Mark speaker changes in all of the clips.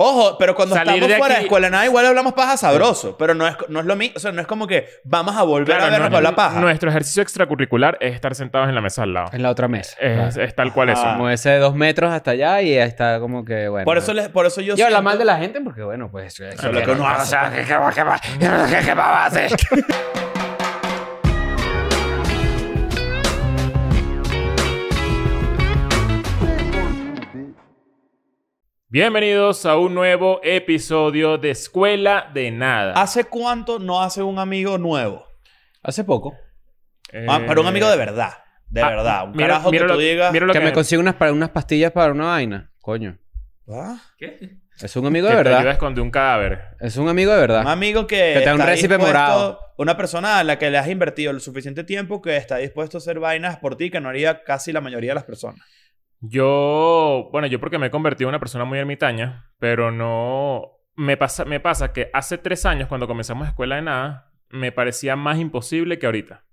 Speaker 1: Ojo, pero cuando
Speaker 2: Salir
Speaker 1: estamos
Speaker 2: de
Speaker 1: fuera de
Speaker 2: aquí-
Speaker 1: escuela, nada, igual hablamos paja sabroso. Pero no es, no es lo mismo. O sea, no es como que vamos a volver a vernos para hablar paja.
Speaker 2: Nuestro ejercicio extracurricular es estar sentados en la mesa al lado.
Speaker 3: En la otra mesa.
Speaker 2: Es,
Speaker 3: Claro.
Speaker 2: es tal cual eso.
Speaker 1: Ajá.
Speaker 3: Como ese de dos metros hasta allá y está como que, bueno.
Speaker 1: por, eso les- por eso yo.
Speaker 3: Y habla
Speaker 1: siento-
Speaker 3: mal de la gente porque, bueno, pues... es
Speaker 1: Habla que uno haga-
Speaker 2: Bienvenidos a un nuevo episodio de Escuela de Nada.
Speaker 1: ¿Hace cuánto no hace un amigo nuevo?
Speaker 3: Hace poco.
Speaker 2: Eh,
Speaker 1: Ah, pero un amigo de verdad. De
Speaker 2: ah,
Speaker 1: verdad. Un
Speaker 2: mira-
Speaker 1: carajo
Speaker 2: mira
Speaker 1: que
Speaker 2: lo-
Speaker 1: tú digas.
Speaker 2: mira lo
Speaker 3: que
Speaker 2: que-
Speaker 3: me consigue unas, pa- unas pastillas para una vaina. Coño.
Speaker 1: ¿Ah?
Speaker 3: Es un amigo
Speaker 2: que
Speaker 3: de
Speaker 2: te ayuda a
Speaker 3: verdad.
Speaker 2: esconder un cadáver.
Speaker 3: Es un amigo de
Speaker 1: Un
Speaker 3: verdad.
Speaker 1: amigo que.
Speaker 3: Que te da un
Speaker 1: está
Speaker 3: récipe
Speaker 1: dispuesto-
Speaker 3: morado.
Speaker 1: Una persona a la que le has invertido el suficiente tiempo que está dispuesto a hacer vainas por ti que no haría casi la mayoría de las personas.
Speaker 2: Yo, bueno, yo porque me he convertido en una persona muy ermitaña, pero no... Me pasa, me pasa que hace tres años, cuando comenzamos Escuela de Nada, me parecía más imposible que ahorita.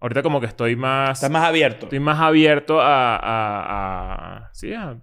Speaker 2: Ahorita como que estoy más...
Speaker 1: Estás más abierto.
Speaker 2: Estoy más abierto a... a, a- sí, a...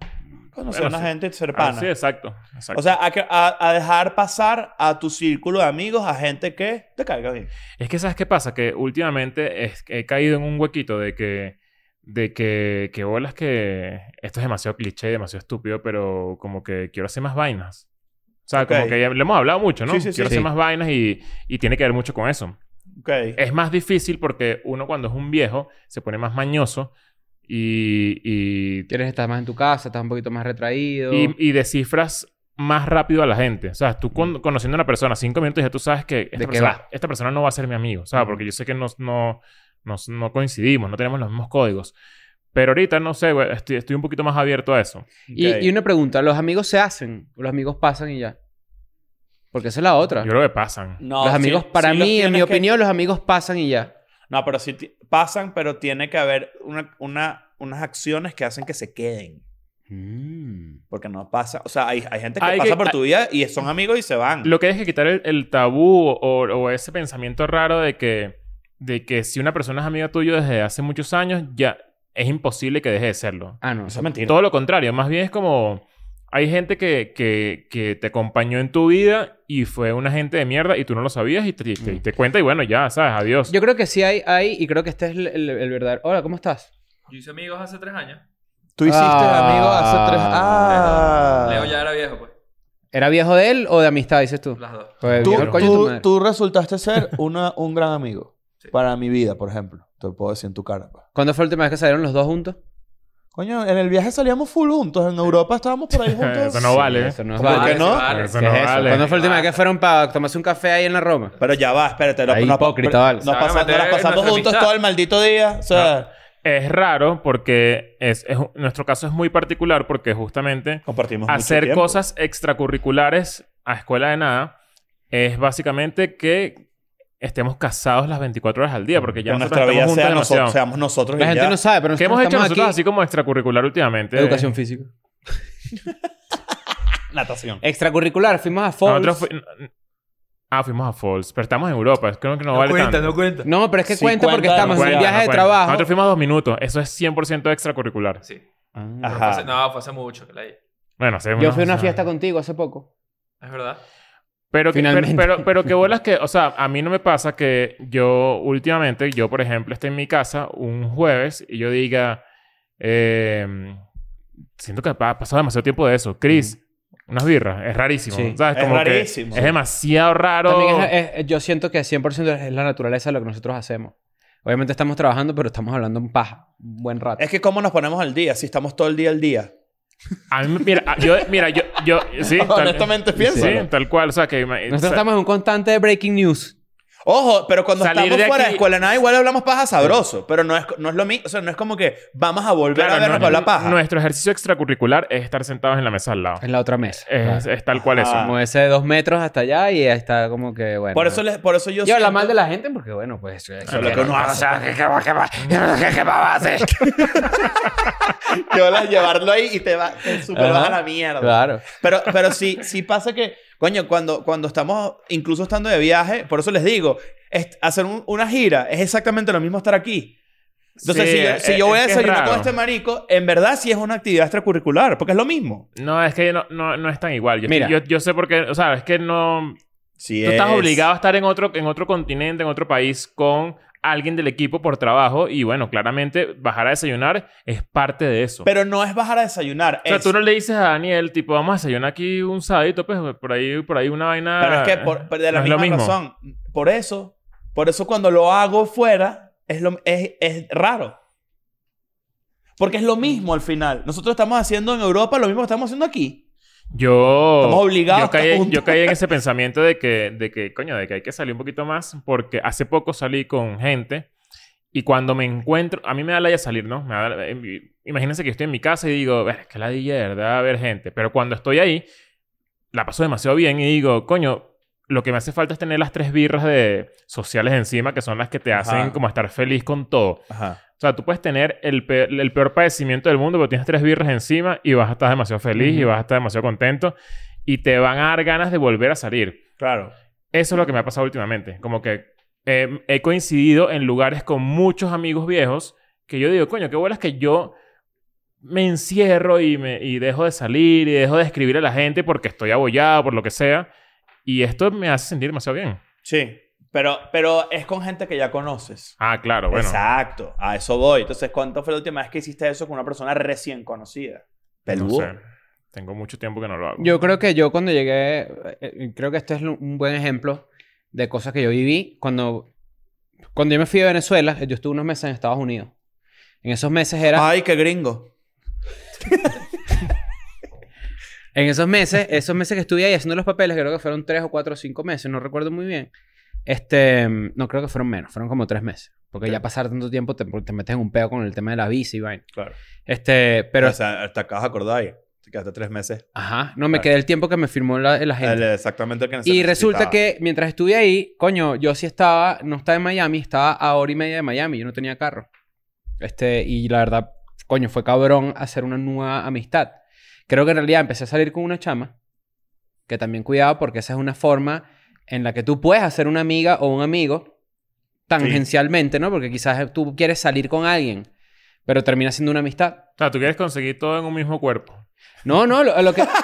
Speaker 1: Conocer
Speaker 2: Bueno,
Speaker 1: a una
Speaker 2: sí.
Speaker 1: gente y ser
Speaker 2: Ah,
Speaker 1: pana.
Speaker 2: sí, exacto. exacto.
Speaker 1: O sea, a, que- a- a dejar pasar a tu círculo de amigos a gente que te caiga bien.
Speaker 2: Es que sabes qué pasa, que últimamente es- he caído en un huequito de que, de que, que bolas que esto es demasiado cliché, demasiado estúpido, pero como que quiero hacer más vainas. O sea,
Speaker 1: Ok.
Speaker 2: como que ya le hemos hablado mucho, ¿no?
Speaker 1: Sí, sí, sí.
Speaker 2: quiero hacer
Speaker 3: Sí.
Speaker 2: más vainas y, y tiene que ver mucho con eso.
Speaker 1: Ok.
Speaker 3: Eh,
Speaker 2: Es más difícil porque uno cuando es un viejo se pone más mañoso y, y,
Speaker 3: Quieres estar más en tu casa, estás un poquito más retraído.
Speaker 2: y, y descifras más rápido a la gente. O sea, tú con- conociendo a una persona cinco minutos ya tú sabes que esta,
Speaker 3: ¿De qué
Speaker 2: persona,
Speaker 3: va?
Speaker 2: esta persona no va a ser mi amigo. O sea, porque yo sé que nos, no, nos- no coincidimos, no tenemos los mismos códigos. Pero ahorita, no sé, güey, estoy, estoy un poquito más abierto a eso.
Speaker 3: Y,
Speaker 1: Ok.
Speaker 3: y una pregunta, ¿los amigos se hacen? ¿O los amigos pasan y ya? Porque esa es la otra.
Speaker 2: Yo creo que pasan.
Speaker 1: No,
Speaker 3: los
Speaker 1: sí-
Speaker 3: amigos,
Speaker 1: sí
Speaker 3: para
Speaker 1: los
Speaker 3: mí, en
Speaker 1: tienes
Speaker 3: mi
Speaker 1: que-
Speaker 3: opinión, los amigos pasan y ya.
Speaker 1: No, pero sí ti- pasan, pero tiene que haber una, una- unas acciones que hacen que se queden. Porque no pasa. O sea, hay, hay gente que
Speaker 2: Hay
Speaker 1: pasa
Speaker 2: que-
Speaker 1: por
Speaker 2: hay-
Speaker 1: tu vida y son amigos y se van.
Speaker 2: Lo que hay es que quitar el, el tabú o, o ese pensamiento raro de que, de que si una persona es amiga tuya desde hace muchos años, ya es imposible que deje de serlo.
Speaker 3: Ah, no.
Speaker 1: Eso es mentira.
Speaker 2: Todo lo contrario, más bien es como hay gente que, que, que te acompañó en tu vida y fue una gente de mierda y tú no lo sabías y te, y
Speaker 1: Mm.
Speaker 2: te- y te cuenta y bueno, ya, sabes, adiós.
Speaker 3: Yo creo que sí hay, hay y creo que este es el, el- el verdadero. Hola, ¿cómo estás?
Speaker 4: Yo hice amigos hace tres años.
Speaker 1: Tú
Speaker 3: hiciste Ah. amigos hace tres-
Speaker 1: Ah.
Speaker 4: Leo ya era viejo, pues.
Speaker 3: ¿Era viejo de él o de amistad, dices tú?
Speaker 4: Las dos.
Speaker 3: Pues,
Speaker 1: Tú,
Speaker 3: viejo el coño de tu madre.
Speaker 1: resultaste ser un gran amigo.
Speaker 4: Sí.
Speaker 1: Para mi vida, por ejemplo. Te lo puedo decir en tu cara. pues.
Speaker 3: ¿Cuándo fue la última vez que salieron los dos juntos?
Speaker 1: Coño, en el viaje salíamos full juntos. En Europa estábamos por ahí
Speaker 2: Eso no vale.
Speaker 3: Eso no es
Speaker 1: ¿Cómo
Speaker 3: vale.
Speaker 1: que
Speaker 4: se
Speaker 1: no?
Speaker 4: vale.
Speaker 2: Eso
Speaker 3: ¿Qué
Speaker 2: no
Speaker 3: es eso?
Speaker 2: vale.
Speaker 3: ¿Cuándo fue la última vez que fueron para tomarse un café ahí en la Roma?
Speaker 1: Pero ya va, espérate.
Speaker 3: Ahí hipócrita, vale.
Speaker 1: Nos, pasa-
Speaker 4: Saben,
Speaker 1: nos la
Speaker 4: es
Speaker 1: pasamos
Speaker 4: nuestra
Speaker 1: juntos
Speaker 4: amistad.
Speaker 1: todo el maldito día. O sea,
Speaker 2: Es raro porque es, es un- nuestro caso es muy particular porque justamente
Speaker 1: compartimos mucho
Speaker 2: hacer
Speaker 1: tiempo.
Speaker 2: cosas extracurriculares a escuela de nada es básicamente que estemos casados las 24 horas al día porque ya
Speaker 1: Que
Speaker 2: nosotros
Speaker 1: nuestra vida
Speaker 2: estamos
Speaker 1: sea
Speaker 2: juntos
Speaker 1: nosotros,
Speaker 2: demasiado.
Speaker 1: seamos nosotros.
Speaker 3: La
Speaker 1: y
Speaker 3: gente
Speaker 1: ya.
Speaker 3: no sabe, pero
Speaker 2: ¿Qué
Speaker 3: nosotros
Speaker 2: hemos hecho
Speaker 3: estamos
Speaker 2: nosotros
Speaker 3: aquí.
Speaker 2: así como extracurricular últimamente?
Speaker 3: Educación física.
Speaker 1: Natación.
Speaker 2: Eh,
Speaker 3: Extracurricular, fuimos a Fox.
Speaker 2: Nosotros fui- Ah, fuimos a Falls, pero estamos en Europa. Creo que no, vale tanto.
Speaker 4: no cuenta.
Speaker 3: No, pero es que
Speaker 1: Sí,
Speaker 3: cuenta porque
Speaker 1: cuenta,
Speaker 3: estamos
Speaker 1: no
Speaker 3: en
Speaker 2: Bueno,
Speaker 3: un viaje
Speaker 2: no,
Speaker 3: de
Speaker 2: bueno.
Speaker 3: trabajo.
Speaker 2: Nosotros fuimos a dos minutos. Eso es 100% extracurricular.
Speaker 4: Sí.
Speaker 3: Ah.
Speaker 4: Pero
Speaker 1: Ajá.
Speaker 4: fue hace- no, fue hace mucho que la hice.
Speaker 2: Bueno, sí,
Speaker 3: Yo
Speaker 2: bueno,
Speaker 3: fui
Speaker 2: o
Speaker 3: a una
Speaker 2: sea,
Speaker 3: fiesta contigo hace poco.
Speaker 4: Es verdad.
Speaker 2: Pero que, pero,
Speaker 3: Finalmente.
Speaker 2: pero, pero que bolas que... O sea, a mí no me pasa que yo últimamente... Yo, por ejemplo, estoy en mi casa un jueves y yo diga... eh, siento que ha pasado demasiado tiempo de eso. Chris, unas birras. Es rarísimo.
Speaker 3: Sí.
Speaker 2: ¿sabes?
Speaker 1: Es
Speaker 2: Como que
Speaker 1: rarísimo.
Speaker 2: es demasiado raro.
Speaker 3: También es- es- yo siento que 100% es la naturaleza de lo que nosotros hacemos. Obviamente estamos trabajando, pero estamos hablando en paja. Un buen rato.
Speaker 1: Es que cómo nos ponemos al día, si estamos todo el día al día.
Speaker 2: A mí, me- mira, a- yo, mira, yo, yo, sí,
Speaker 1: Honestamente, piénsalo.
Speaker 2: Sí, tal cual, o sea, que ima-
Speaker 3: Nosotros
Speaker 2: sa-
Speaker 3: estamos en un constante de breaking news.
Speaker 1: Ojo, pero cuando
Speaker 2: Salir
Speaker 1: estamos
Speaker 2: de
Speaker 1: fuera de
Speaker 2: aquí-
Speaker 1: escuela, nada, igual hablamos paja sabroso. Pero no es, no es lo mismo. O sea, no es como que vamos a volver
Speaker 2: claro,
Speaker 1: a vernos
Speaker 2: no-
Speaker 1: para la paja.
Speaker 2: Nuestro ejercicio extracurricular es estar sentados en la mesa al lado.
Speaker 3: En la otra mesa.
Speaker 2: Es, es tal cual
Speaker 1: Ajá.
Speaker 2: eso.
Speaker 3: Como ese de dos metros hasta allá y está como que, bueno.
Speaker 1: por, eso les, por eso yo.
Speaker 3: Y habla
Speaker 1: siento-
Speaker 3: mal de la gente porque, bueno, pues... eh,
Speaker 1: Eso es lo que uno hace.
Speaker 3: claro.
Speaker 1: Que vas a llevarlo ahí y te va te super
Speaker 3: Ajá.
Speaker 1: vas a la mierda. Pero, pero sí, sí pasa que, coño, cuando, cuando estamos, incluso estando de viaje, por eso les digo, es- hacer un- una gira es exactamente lo mismo estar aquí. Entonces,
Speaker 2: Sí,
Speaker 1: si, yo,
Speaker 2: es-
Speaker 1: si yo voy a
Speaker 2: es que es
Speaker 1: desayunar con
Speaker 2: raro.
Speaker 1: este marico, en verdad sí es una actividad extracurricular, porque es lo mismo.
Speaker 2: No, es que no, no, no es tan igual. Yo,
Speaker 3: Mira.
Speaker 2: yo, yo sé por qué... O sea, es que no...
Speaker 1: Sí
Speaker 2: Tú estás
Speaker 1: es.
Speaker 2: obligado a estar en otro, en otro continente, en otro país, con alguien del equipo por trabajo. Y bueno, claramente bajar a desayunar es parte de eso.
Speaker 1: Pero no es bajar a desayunar.
Speaker 2: o sea,
Speaker 1: es-
Speaker 2: tú no le dices a Daniel, tipo, vamos a desayunar aquí un sabadito, pues por ahí, por ahí una vaina.
Speaker 1: Pero es que por, pero de la
Speaker 2: no es lo
Speaker 1: misma
Speaker 2: mismo.
Speaker 1: razón. Por eso, por eso cuando lo hago fuera, es, lo, es, es raro. Porque es lo mismo al final. Nosotros estamos haciendo en Europa lo mismo que estamos haciendo aquí.
Speaker 2: Yo.
Speaker 1: Estamos obligados
Speaker 2: Yo caí,
Speaker 1: a juntar.
Speaker 2: yo caí en ese pensamiento de que, de que, coño, de que hay que salir un poquito más, porque hace poco salí con gente y cuando me encuentro, a mí me da la idea salir, ¿no? Me da la- eh, imagínense que yo estoy en mi casa y digo, "Ver, es que la idea de verdad ver gente, pero cuando estoy ahí, la paso demasiado bien y digo, coño. Lo que me hace falta es tener las tres birras de sociales encima, que son las que te
Speaker 1: Ajá.
Speaker 2: hacen como estar feliz con todo.
Speaker 1: Ajá.
Speaker 2: O sea, tú puedes tener el, pe- el peor padecimiento del mundo, pero tienes tres birras encima y vas a estar demasiado feliz y
Speaker 3: Ujú.
Speaker 2: vas a estar demasiado contento y te van a dar ganas de volver a salir.
Speaker 1: Claro.
Speaker 2: Eso es lo que me ha pasado últimamente. Como que eh, he coincidido en lugares con muchos amigos viejos que yo digo, coño, qué bolas que yo me encierro y, me, y dejo de salir y dejo de escribir a la gente porque estoy abollado, por lo que sea. Y esto me hace sentir demasiado bien.
Speaker 1: Sí. Pero, pero es con gente que ya conoces.
Speaker 2: Ah, claro, bueno.
Speaker 1: Exacto. A eso voy. Entonces, ¿cuánto fue la última vez que hiciste eso con una persona recién conocida?
Speaker 2: No
Speaker 1: Peludo.
Speaker 2: sé. Tengo mucho tiempo que no lo hago.
Speaker 3: Yo creo que yo cuando llegué, eh, eh, creo que este es lo- un buen ejemplo de cosas que yo viví. Cuando, cuando yo me fui de Venezuela, yo estuve unos meses en Estados Unidos. En esos meses era...
Speaker 1: Ay, qué gringo.
Speaker 3: En esos meses, esos meses que estuve ahí haciendo los papeles, creo que fueron tres o cuatro o cinco meses, no recuerdo muy bien. Este, mm, no creo que fueron menos, fueron como tres meses. Porque ya pasar tanto tiempo te, te metes en un peo con el tema de la visa y vaina.
Speaker 1: Claro.
Speaker 3: Este, pero,
Speaker 1: o sea, hasta acabas de acordar ahí. Te quedaste tres meses.
Speaker 3: ajá, no me
Speaker 1: claro.
Speaker 3: quedé el tiempo que me firmó la, la gente.
Speaker 1: El- exactamente el que
Speaker 3: Y resulta
Speaker 1: necesitaba.
Speaker 3: que mientras estuve ahí, coño, yo sí estaba, no estaba en Miami, estaba a hora y media de Miami, yo no tenía carro. Este, y la verdad, coño, fue cabrón hacer una nueva amistad. Creo que en realidad empecé a salir con una chama, que también cuidado porque esa es una forma en la que tú puedes hacer una amiga o un amigo tangencialmente, ¿no? Porque quizás tú quieres salir con alguien, pero termina siendo una amistad.
Speaker 2: O sea, tú quieres conseguir todo en un mismo cuerpo.
Speaker 3: No, no, lo, lo que...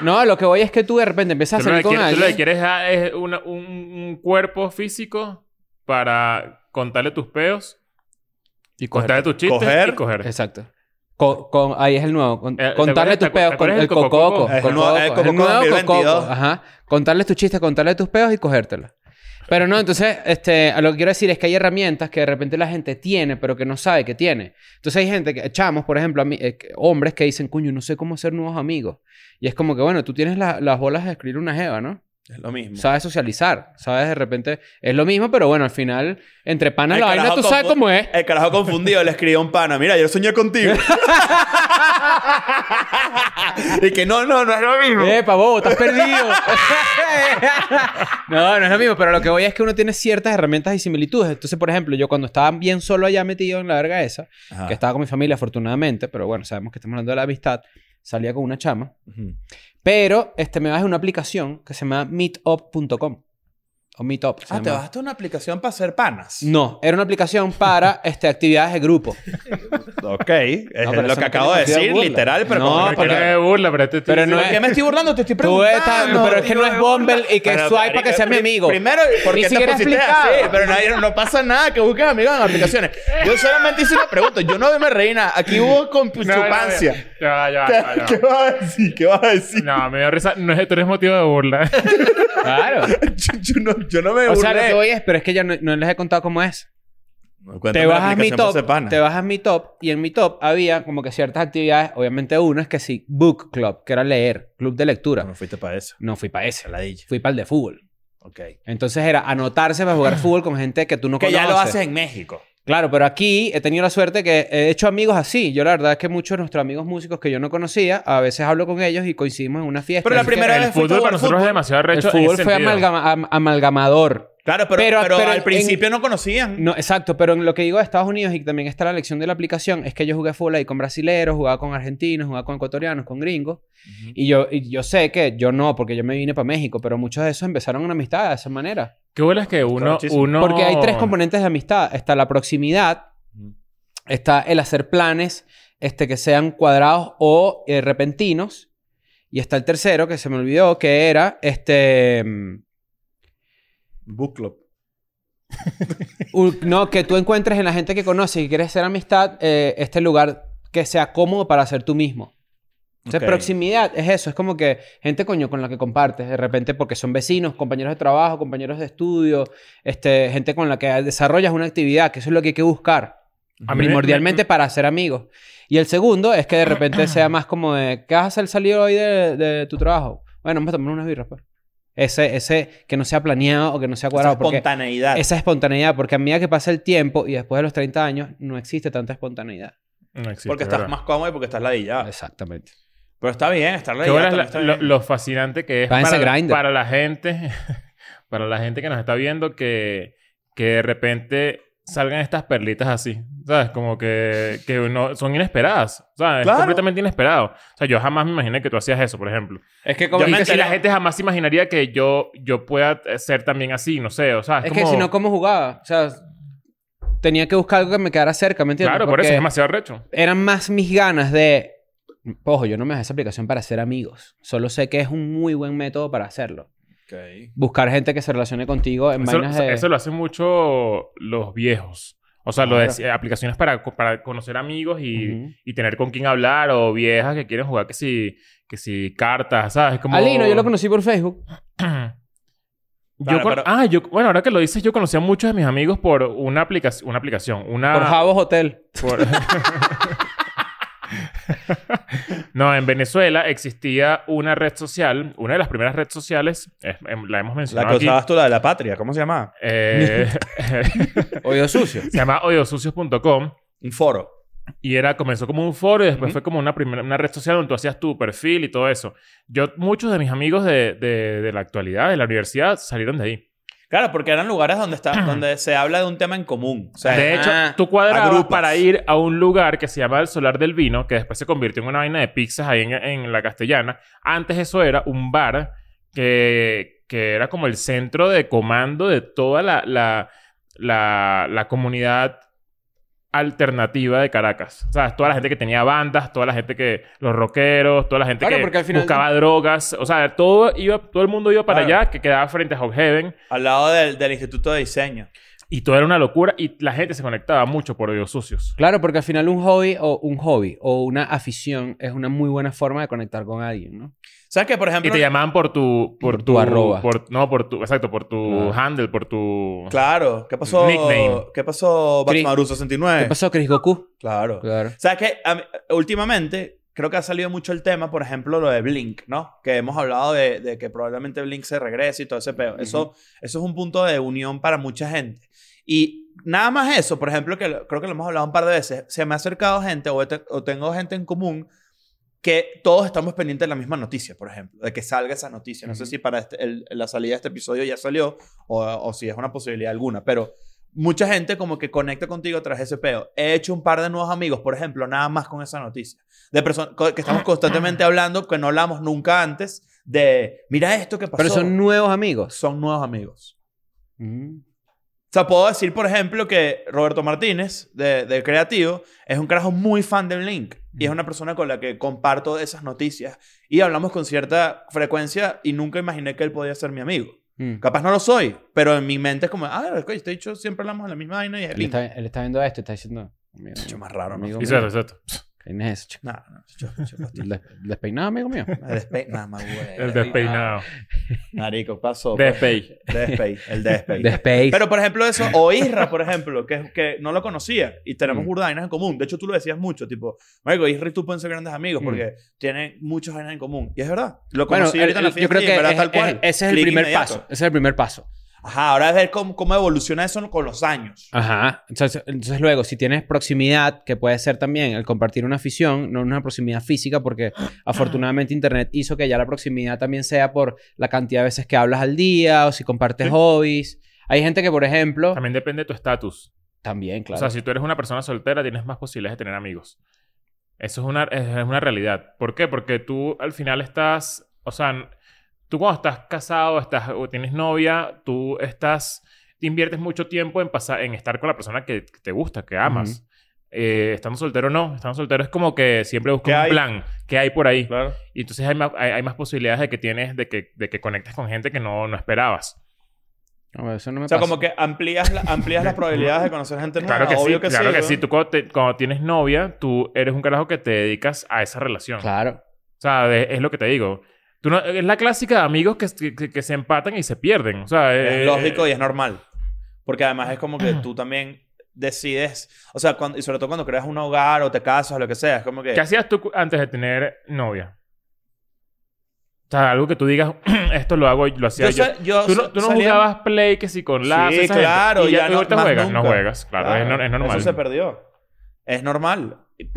Speaker 3: No, lo que voy es que tú de repente empiezas a
Speaker 2: Tú lo
Speaker 3: salir
Speaker 2: que
Speaker 3: con
Speaker 2: quieres, tú lo que
Speaker 3: alguien.
Speaker 2: quieres ah, es una- un, un cuerpo físico para contarle tus peos,
Speaker 3: Y
Speaker 2: contarle tus chistes
Speaker 1: Coger.
Speaker 2: y coger.
Speaker 3: Exacto. Co- con- ahí es el nuevo. Con-
Speaker 2: Eh, ¿te
Speaker 3: contarle
Speaker 2: acuerdas-
Speaker 3: tus
Speaker 2: te acu-
Speaker 3: peos.
Speaker 2: te
Speaker 3: Con,
Speaker 2: acuerdas
Speaker 3: el
Speaker 2: del Cocococo?
Speaker 3: cococo.
Speaker 1: Es el nuevo- es el
Speaker 3: cococo, es el
Speaker 1: Cocococo
Speaker 3: nuevo
Speaker 1: 2022.
Speaker 3: cococo. Ajá. Contarles tus chistes, contarle tus peos y cogértelo. Pero no, entonces, este, a lo que quiero decir es que hay herramientas que de repente la gente tiene, pero que no sabe que tiene. Entonces hay gente que, chamos, por ejemplo, a mí- eh, que- hombres que dicen, coño, no sé cómo hacer nuevos amigos. Y es como que, bueno, tú tienes la- las bolas de escribir una jeva, ¿no?
Speaker 1: Es lo mismo.
Speaker 3: Sabes socializar, sabes de repente, es lo mismo, pero bueno, al final, entre panas
Speaker 1: El
Speaker 3: la vaina,
Speaker 1: carajo
Speaker 3: tú sabes
Speaker 1: confu-
Speaker 3: cómo es.
Speaker 1: El carajo confundido le escribió a un pana. Mira, yo soñé contigo. y que no, no, no es lo mismo.
Speaker 3: ¡Epa, bobo! ¡Estás perdido! no, no es lo mismo. Pero lo que voy es que uno tiene ciertas herramientas y similitudes. Entonces, por ejemplo, yo cuando estaba bien solo allá metido en la verga esa,
Speaker 1: Ah.
Speaker 3: que estaba con mi familia afortunadamente, pero bueno, sabemos que estamos hablando de la amistad, salía con una chama.
Speaker 1: Ujú.
Speaker 3: Pero este, me bajé una aplicación que se llama meetup.com. O meetup. se
Speaker 1: Ah, te
Speaker 3: llama.
Speaker 1: bajaste una aplicación para hacer panas.
Speaker 3: No, era una aplicación para este, actividades de grupo.
Speaker 1: Ok. Es
Speaker 3: pero
Speaker 1: lo
Speaker 3: eso
Speaker 1: que
Speaker 3: no
Speaker 1: acabo de
Speaker 3: tiene sentido
Speaker 1: decir,
Speaker 3: burla.
Speaker 1: literal, pero
Speaker 3: No,
Speaker 1: como que
Speaker 2: ¿Por qué
Speaker 1: quiero-
Speaker 2: me burla? Pero, este
Speaker 3: Pero
Speaker 2: tío-
Speaker 3: no
Speaker 1: ¿Por
Speaker 3: es-
Speaker 1: qué me estoy burlando? Te estoy
Speaker 3: Tú estás,
Speaker 1: preguntando.
Speaker 3: pero es que no es Bumble y que
Speaker 1: Pero,
Speaker 3: swipe para que
Speaker 1: marico,
Speaker 3: sea mi
Speaker 1: pri-
Speaker 3: amigo.
Speaker 1: Primero, ¿por
Speaker 3: Ni
Speaker 1: qué te
Speaker 3: siquiera
Speaker 1: pusiste
Speaker 3: explicado.
Speaker 1: así? Pero nadie, no pasa nada que busques amigos en aplicaciones. Yo solamente hice una pregunta. Yo no me reí nada. Aquí hubo
Speaker 2: No, no, no,
Speaker 1: conchupancia.
Speaker 2: Ya, va, ya, va, ya, va, ya va.
Speaker 1: ¿Qué vas a decir? ¿Qué vas a decir?
Speaker 2: No, me dio risa. No es, tú eres motivo de burla.
Speaker 3: Claro.
Speaker 1: Yo, yo no, yo no me
Speaker 3: O sea, lo
Speaker 1: burlé.
Speaker 3: que voy es, pero es que ya no- no les he contado cómo es.
Speaker 1: Cuéntame
Speaker 3: te
Speaker 1: la
Speaker 3: bajas mi
Speaker 1: aplicación para
Speaker 3: top,
Speaker 1: hacer panas.
Speaker 3: te bajas mi top y en mi top había como que ciertas actividades, obviamente una es que sí, book club, que era leer, club de lectura.
Speaker 2: Ah.
Speaker 1: No fuiste para eso.
Speaker 3: No fui para ese,
Speaker 1: Saladilla.
Speaker 3: fui para el de fútbol.
Speaker 1: Ok.
Speaker 3: Entonces era anotarse para jugar fútbol con gente que tú no
Speaker 1: Ah. Que
Speaker 3: conoces.
Speaker 1: ya lo haces en México.
Speaker 3: Claro, pero aquí he tenido la suerte que he hecho amigos así. Yo la verdad es que muchos de nuestros amigos músicos que yo no conocía, a veces hablo con ellos y coincidimos en una fiesta.
Speaker 1: Pero la
Speaker 3: Así que
Speaker 1: primera
Speaker 2: el
Speaker 1: vez fuiste a
Speaker 2: fútbol
Speaker 1: jugar
Speaker 2: para nosotros
Speaker 1: fútbol.
Speaker 2: es demasiado
Speaker 3: el
Speaker 2: recho. en
Speaker 3: fútbol
Speaker 2: ese
Speaker 3: fue
Speaker 2: sentido.
Speaker 3: amalgama- am- amalgamador.
Speaker 1: Claro, pero,
Speaker 3: Pero-
Speaker 1: pero,
Speaker 3: pero en-
Speaker 1: al principio no conocían.
Speaker 3: No, exacto, pero en lo que digo de Estados Unidos y también está la lección de la aplicación, es que yo jugué fútbol ahí con brasileros, jugaba con argentinos, jugaba con ecuatorianos, con gringos. Y yo, y yo sé que yo no, porque yo me vine para México, pero muchos de esos empezaron una amistad de esa manera.
Speaker 2: Qué bolas que uno...
Speaker 1: Correctísimo.
Speaker 2: uno...
Speaker 3: Porque hay tres componentes de amistad. Está la proximidad,
Speaker 1: Ujú.
Speaker 3: Está el hacer planes este, que sean cuadrados o eh, repentinos. Y está el tercero, que se me olvidó, que era este. mm,
Speaker 1: Book club.
Speaker 3: un- no, que tú encuentres en la gente que conoces y quieres hacer amistad, eh, este lugar que sea cómodo para ser tú mismo. Entonces,
Speaker 1: Ok.
Speaker 3: proximidad es eso, es como que gente coño con la que compartes, de repente porque son vecinos, compañeros de trabajo, compañeros de estudio, este, gente con la que desarrollas una actividad, que eso es lo que hay que buscar
Speaker 2: A mí me-
Speaker 3: primordialmente para hacer amigos. Y el segundo es que de repente sea más como de, ¿qué vas a hacer salido hoy de, de tu trabajo? Bueno, vamos a tomar unas birras, pues. Ese, ese que no sea planeado o que no sea
Speaker 1: Esa
Speaker 3: cuadrado. porque
Speaker 1: espontaneidad.
Speaker 3: esa espontaneidad, porque a medida que pasa el tiempo y después de los 30 años, no existe tanta espontaneidad.
Speaker 2: No existe,
Speaker 1: porque estás
Speaker 2: ¿verdad?
Speaker 1: más cómodo y porque estás ladillado.
Speaker 3: Exactamente.
Speaker 1: Pero está bien, estar
Speaker 2: Qué
Speaker 1: ladillado.
Speaker 2: bolas
Speaker 1: también
Speaker 2: la-
Speaker 1: está
Speaker 2: lo,
Speaker 1: bien.
Speaker 2: lo fascinante que es
Speaker 3: Váyanse
Speaker 2: para,
Speaker 3: a Grindr.
Speaker 2: para la gente, para la gente que nos está viendo que, que de repente salgan estas perlitas así, ¿sabes? Como que, que no, son inesperadas, ¿sabes?
Speaker 1: Claro.
Speaker 2: Es completamente inesperado. O sea, yo jamás me imaginé que tú hacías eso, por ejemplo.
Speaker 3: Es que
Speaker 1: como-
Speaker 2: Y
Speaker 1: me
Speaker 2: que si
Speaker 1: enteré-
Speaker 2: la gente jamás se imaginaría que yo, yo pueda eh, ser también así, no sé, o sea, es,
Speaker 3: es
Speaker 2: como...
Speaker 3: que si no, ¿cómo jugaba? O sea, tenía que buscar algo que me quedara cerca, ¿me entiendes?
Speaker 2: Claro, por eso
Speaker 3: Porque
Speaker 2: es demasiado recho.
Speaker 3: Eran más mis ganas de... Ojo, yo no me dejé esa aplicación para hacer amigos. Solo sé que es un muy buen método para hacerlo.
Speaker 1: Ok.
Speaker 3: Buscar gente que se relacione contigo en
Speaker 2: Eso,
Speaker 3: vainas de...
Speaker 2: eso lo hacen mucho los viejos. O sea, lo de eh, aplicaciones para, co- para conocer amigos y,
Speaker 3: Ujú.
Speaker 2: y tener con quién hablar o viejas que quieren jugar que si, que si cartas, ¿sabes? Como...
Speaker 3: Alino, yo lo conocí por Facebook.
Speaker 2: Yo
Speaker 1: Claro,
Speaker 2: con-
Speaker 1: pero-
Speaker 2: Ah, yo... Bueno, ahora que lo dices, yo conocí a muchos de mis amigos por una, aplicación una aplicación. Una...
Speaker 3: Por Javos Hotel.
Speaker 2: por- no, en Venezuela existía una red social, una de las primeras redes sociales, eh, em, la hemos
Speaker 1: La
Speaker 2: mencionado
Speaker 1: que
Speaker 2: aquí.
Speaker 1: usabas tú, la de la patria. ¿Cómo se llamaba?
Speaker 2: Eh,
Speaker 3: Oído sucio.
Speaker 2: se llama odiosucios.com
Speaker 1: Un foro.
Speaker 2: y era comenzó como un foro y después
Speaker 1: Ujú.
Speaker 2: fue como una primera una red social donde tú hacías tu perfil y todo eso. Yo muchos de mis amigos de, de- de la actualidad, de la universidad salieron de ahí.
Speaker 1: Claro, porque eran lugares donde, está, donde se habla de un tema en común. O sea,
Speaker 2: De hecho,
Speaker 3: ah,
Speaker 2: tú cuadrabas
Speaker 1: agrupas.
Speaker 2: para ir a un lugar que se llama el Solar del Vino, que después se convirtió en una vaina de pizzas ahí en, en la Castellana. Antes eso era un bar que, que era como el centro de comando de toda la, la, la, la comunidad alternativa de Caracas. O sea, toda la gente que tenía bandas, toda la gente que... Los rockeros, toda la gente
Speaker 3: Claro,
Speaker 2: que
Speaker 3: porque al final-
Speaker 2: buscaba drogas. O sea, todo, iba, todo el mundo iba para
Speaker 1: Claro.
Speaker 2: allá, que quedaba frente a Hog Heaven.
Speaker 1: al lado del, del Instituto de Diseño.
Speaker 2: Y todo era una locura y la gente se conectaba mucho por oídos sucios.
Speaker 3: Claro, porque al final un hobby o un hobby o una afición es una muy buena forma de conectar con alguien, ¿no?
Speaker 1: ¿Sabes qué? Por
Speaker 2: Y
Speaker 1: ejemplo...
Speaker 2: te llamaban por tu... Por,
Speaker 3: Por
Speaker 2: tu,
Speaker 3: tu arroba.
Speaker 2: por- no, por tu... Exacto, por tu
Speaker 3: Claro.
Speaker 2: handle, por tu...
Speaker 1: Claro. ¿Qué pasó?
Speaker 2: Nickname.
Speaker 1: ¿Qué pasó
Speaker 3: Cri-
Speaker 1: Batman 69?
Speaker 3: ¿Qué pasó, Chris Goku?
Speaker 1: Claro.
Speaker 3: Claro.
Speaker 1: ¿Sabes qué? A mí- últimamente creo que ha salido mucho el tema, por ejemplo, lo de Blink, ¿no? Que hemos hablado de, de que probablemente Blink se regrese y todo ese peo. eso, eso es un punto de unión para mucha gente. Y nada más eso, por ejemplo, que lo- creo que lo hemos hablado un par de veces, se me ha acercado gente o, he te- o tengo gente en común que todos estamos pendientes de la misma noticia, por ejemplo, de que salga esa noticia. No sé
Speaker 3: Ujú.
Speaker 1: si para este- el- la salida de este episodio ya salió o, o si es una posibilidad alguna, pero mucha gente como que conecta contigo tras ese peo. He hecho un par de nuevos amigos, por ejemplo, nada más con esa noticia. De personas co- que estamos constantemente hablando, que no hablamos nunca antes, de mira esto que pasó.
Speaker 3: Pero son nuevos amigos.
Speaker 1: son nuevos amigos.
Speaker 3: Mm.
Speaker 1: O sea, puedo decir, por ejemplo, que Roberto Martínez, de, de Creativo, es un carajo muy fan de Blink. Y es una persona con la que comparto esas noticias. Y hablamos con cierta frecuencia y nunca imaginé que él podía ser mi amigo.
Speaker 3: Mm.
Speaker 1: Capaz no lo soy, pero en mi mente es como, ah, coño, este dicho siempre hablamos de la misma vaina y es
Speaker 3: Él
Speaker 1: Blink.
Speaker 3: está, él está viendo esto y está diciendo... "Amigo
Speaker 1: Bicho
Speaker 3: mío,
Speaker 1: más raro, ¿no?
Speaker 3: amigo
Speaker 2: Y
Speaker 3: mío,
Speaker 2: eso, exacto.
Speaker 3: ¿quién es ese chico?
Speaker 1: No, no, yo, yo fastidio.
Speaker 3: Des- despeinado, amigo mío.
Speaker 1: Me despe- Nada más, güey.
Speaker 2: El despeinado.
Speaker 1: Marico, pasó.
Speaker 2: Despey.
Speaker 1: Despey. El despey.
Speaker 3: De Space.
Speaker 1: Pero, por ejemplo, eso, o Isra, por ejemplo, que, que no lo conocía y tenemos
Speaker 3: Mm.
Speaker 1: burda de vainas en común. De hecho, tú lo decías mucho, tipo, Marico, Isra y tú pueden ser grandes
Speaker 3: Mm.
Speaker 1: amigos porque tienen muchas vainas en común. Y es verdad. Lo conocí
Speaker 3: el-
Speaker 1: ahorita en la
Speaker 3: el-
Speaker 1: fiesta
Speaker 3: yo creo
Speaker 1: y
Speaker 3: que
Speaker 1: en verdad
Speaker 3: es-
Speaker 1: tal cual.
Speaker 3: es- ese es el
Speaker 1: Click
Speaker 3: primer
Speaker 1: inmediato.
Speaker 3: paso. Ese es el primer paso.
Speaker 1: Ajá, ahora es ver cómo, cómo evoluciona eso con los años.
Speaker 3: Ajá. Entonces, entonces luego, si tienes proximidad, que puede ser también el compartir una afición, no una proximidad física, porque afortunadamente Internet hizo que ya la proximidad también sea por la cantidad de veces que hablas al día o si compartes hobbies. Hay gente que, por ejemplo, también,
Speaker 2: También depende de tu estatus.
Speaker 3: claro.
Speaker 2: O sea, si tú eres una persona soltera, tienes más posibilidades de tener amigos. Eso es una, es es una realidad. ¿Por qué? Porque tú al final estás, o sea, n- tú cuando estás casado, estás, o tienes novia, tú estás, te inviertes mucho tiempo en pasar, en estar con la persona que, que te gusta, que amas. eh, estando soltero no, estando soltero es como que siempre
Speaker 1: ¿Qué
Speaker 2: buscas
Speaker 1: hay?
Speaker 2: un plan, ¿qué hay por ahí?
Speaker 3: Ah,
Speaker 1: Claro.
Speaker 2: Y entonces hay más, hay, hay más posibilidades de que tienes, de que, de que conectes con gente que no, no esperabas.
Speaker 3: A ver, eso no me
Speaker 1: O sea,
Speaker 3: pasa.
Speaker 1: como que amplías, la- amplías las probabilidades de conocer gente nueva.
Speaker 2: Claro que
Speaker 1: Obvio
Speaker 2: sí, claro que
Speaker 1: ¿no?
Speaker 2: sí. Tú cuando, te- cuando tienes novia, tú eres un carajo que te dedicas a esa relación.
Speaker 3: Claro.
Speaker 2: O sea, de- es lo que te digo. Tú no- es la clásica de amigos que, que, que se empatan y se pierden. O sea, eh,
Speaker 1: Es lógico y es normal. Porque además es como que tú también decides, o sea, cuando- y sobre todo cuando creas un hogar o te casas, lo que sea, es como que...
Speaker 2: ¿Qué hacías tú cu- antes de tener novia? O sea, algo que tú digas, esto lo hago, y lo
Speaker 1: Yo
Speaker 2: hacía yo.
Speaker 1: sa- yo
Speaker 2: Tú
Speaker 1: sa-
Speaker 2: no, tú no
Speaker 1: salía-
Speaker 2: jugabas play que si con la...
Speaker 1: Sí, claro,
Speaker 2: Y ya,
Speaker 1: ya
Speaker 2: tú
Speaker 1: no-
Speaker 2: ahorita
Speaker 1: más
Speaker 2: juegas. No
Speaker 1: nunca.
Speaker 2: juegas, claro. es no- Es, normal.
Speaker 1: Eso se perdió. Es normal. Eh,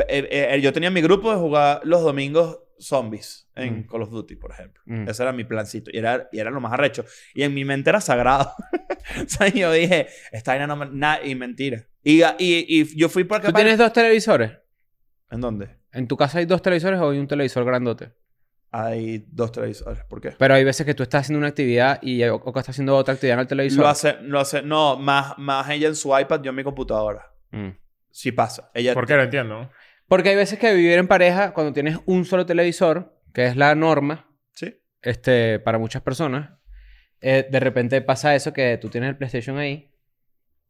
Speaker 1: eh, yo tenía mi grupo de jugar los domingos zombies en
Speaker 3: Mm.
Speaker 1: Call of Duty, por ejemplo.
Speaker 3: Mm.
Speaker 1: Ese era mi plancito. Y era, y era lo más arrecho. Y en mi mente era sagrado. o sea, yo dije, esta vaina no me- na- y mentira. Y, y, y yo fui por
Speaker 3: ¿Tú tienes dos televisores?
Speaker 1: ¿En dónde?
Speaker 3: ¿En tu casa hay dos televisores o hay un televisor grandote?
Speaker 1: Hay dos televisores. ¿Por qué?
Speaker 3: Pero hay veces que tú estás haciendo una actividad y o Oka está haciendo otra actividad en el televisor.
Speaker 1: Lo hace, lo hace, no, más, más ella en su iPad, yo en mi computadora.
Speaker 3: Mm.
Speaker 1: Sí pasa. Ella
Speaker 2: ¿Por qué? No entiendo.
Speaker 3: Porque hay veces que vivir en pareja, cuando tienes un solo televisor, que es la norma
Speaker 1: Sí.
Speaker 3: este, para muchas personas, eh, de repente pasa eso que tú tienes el PlayStation ahí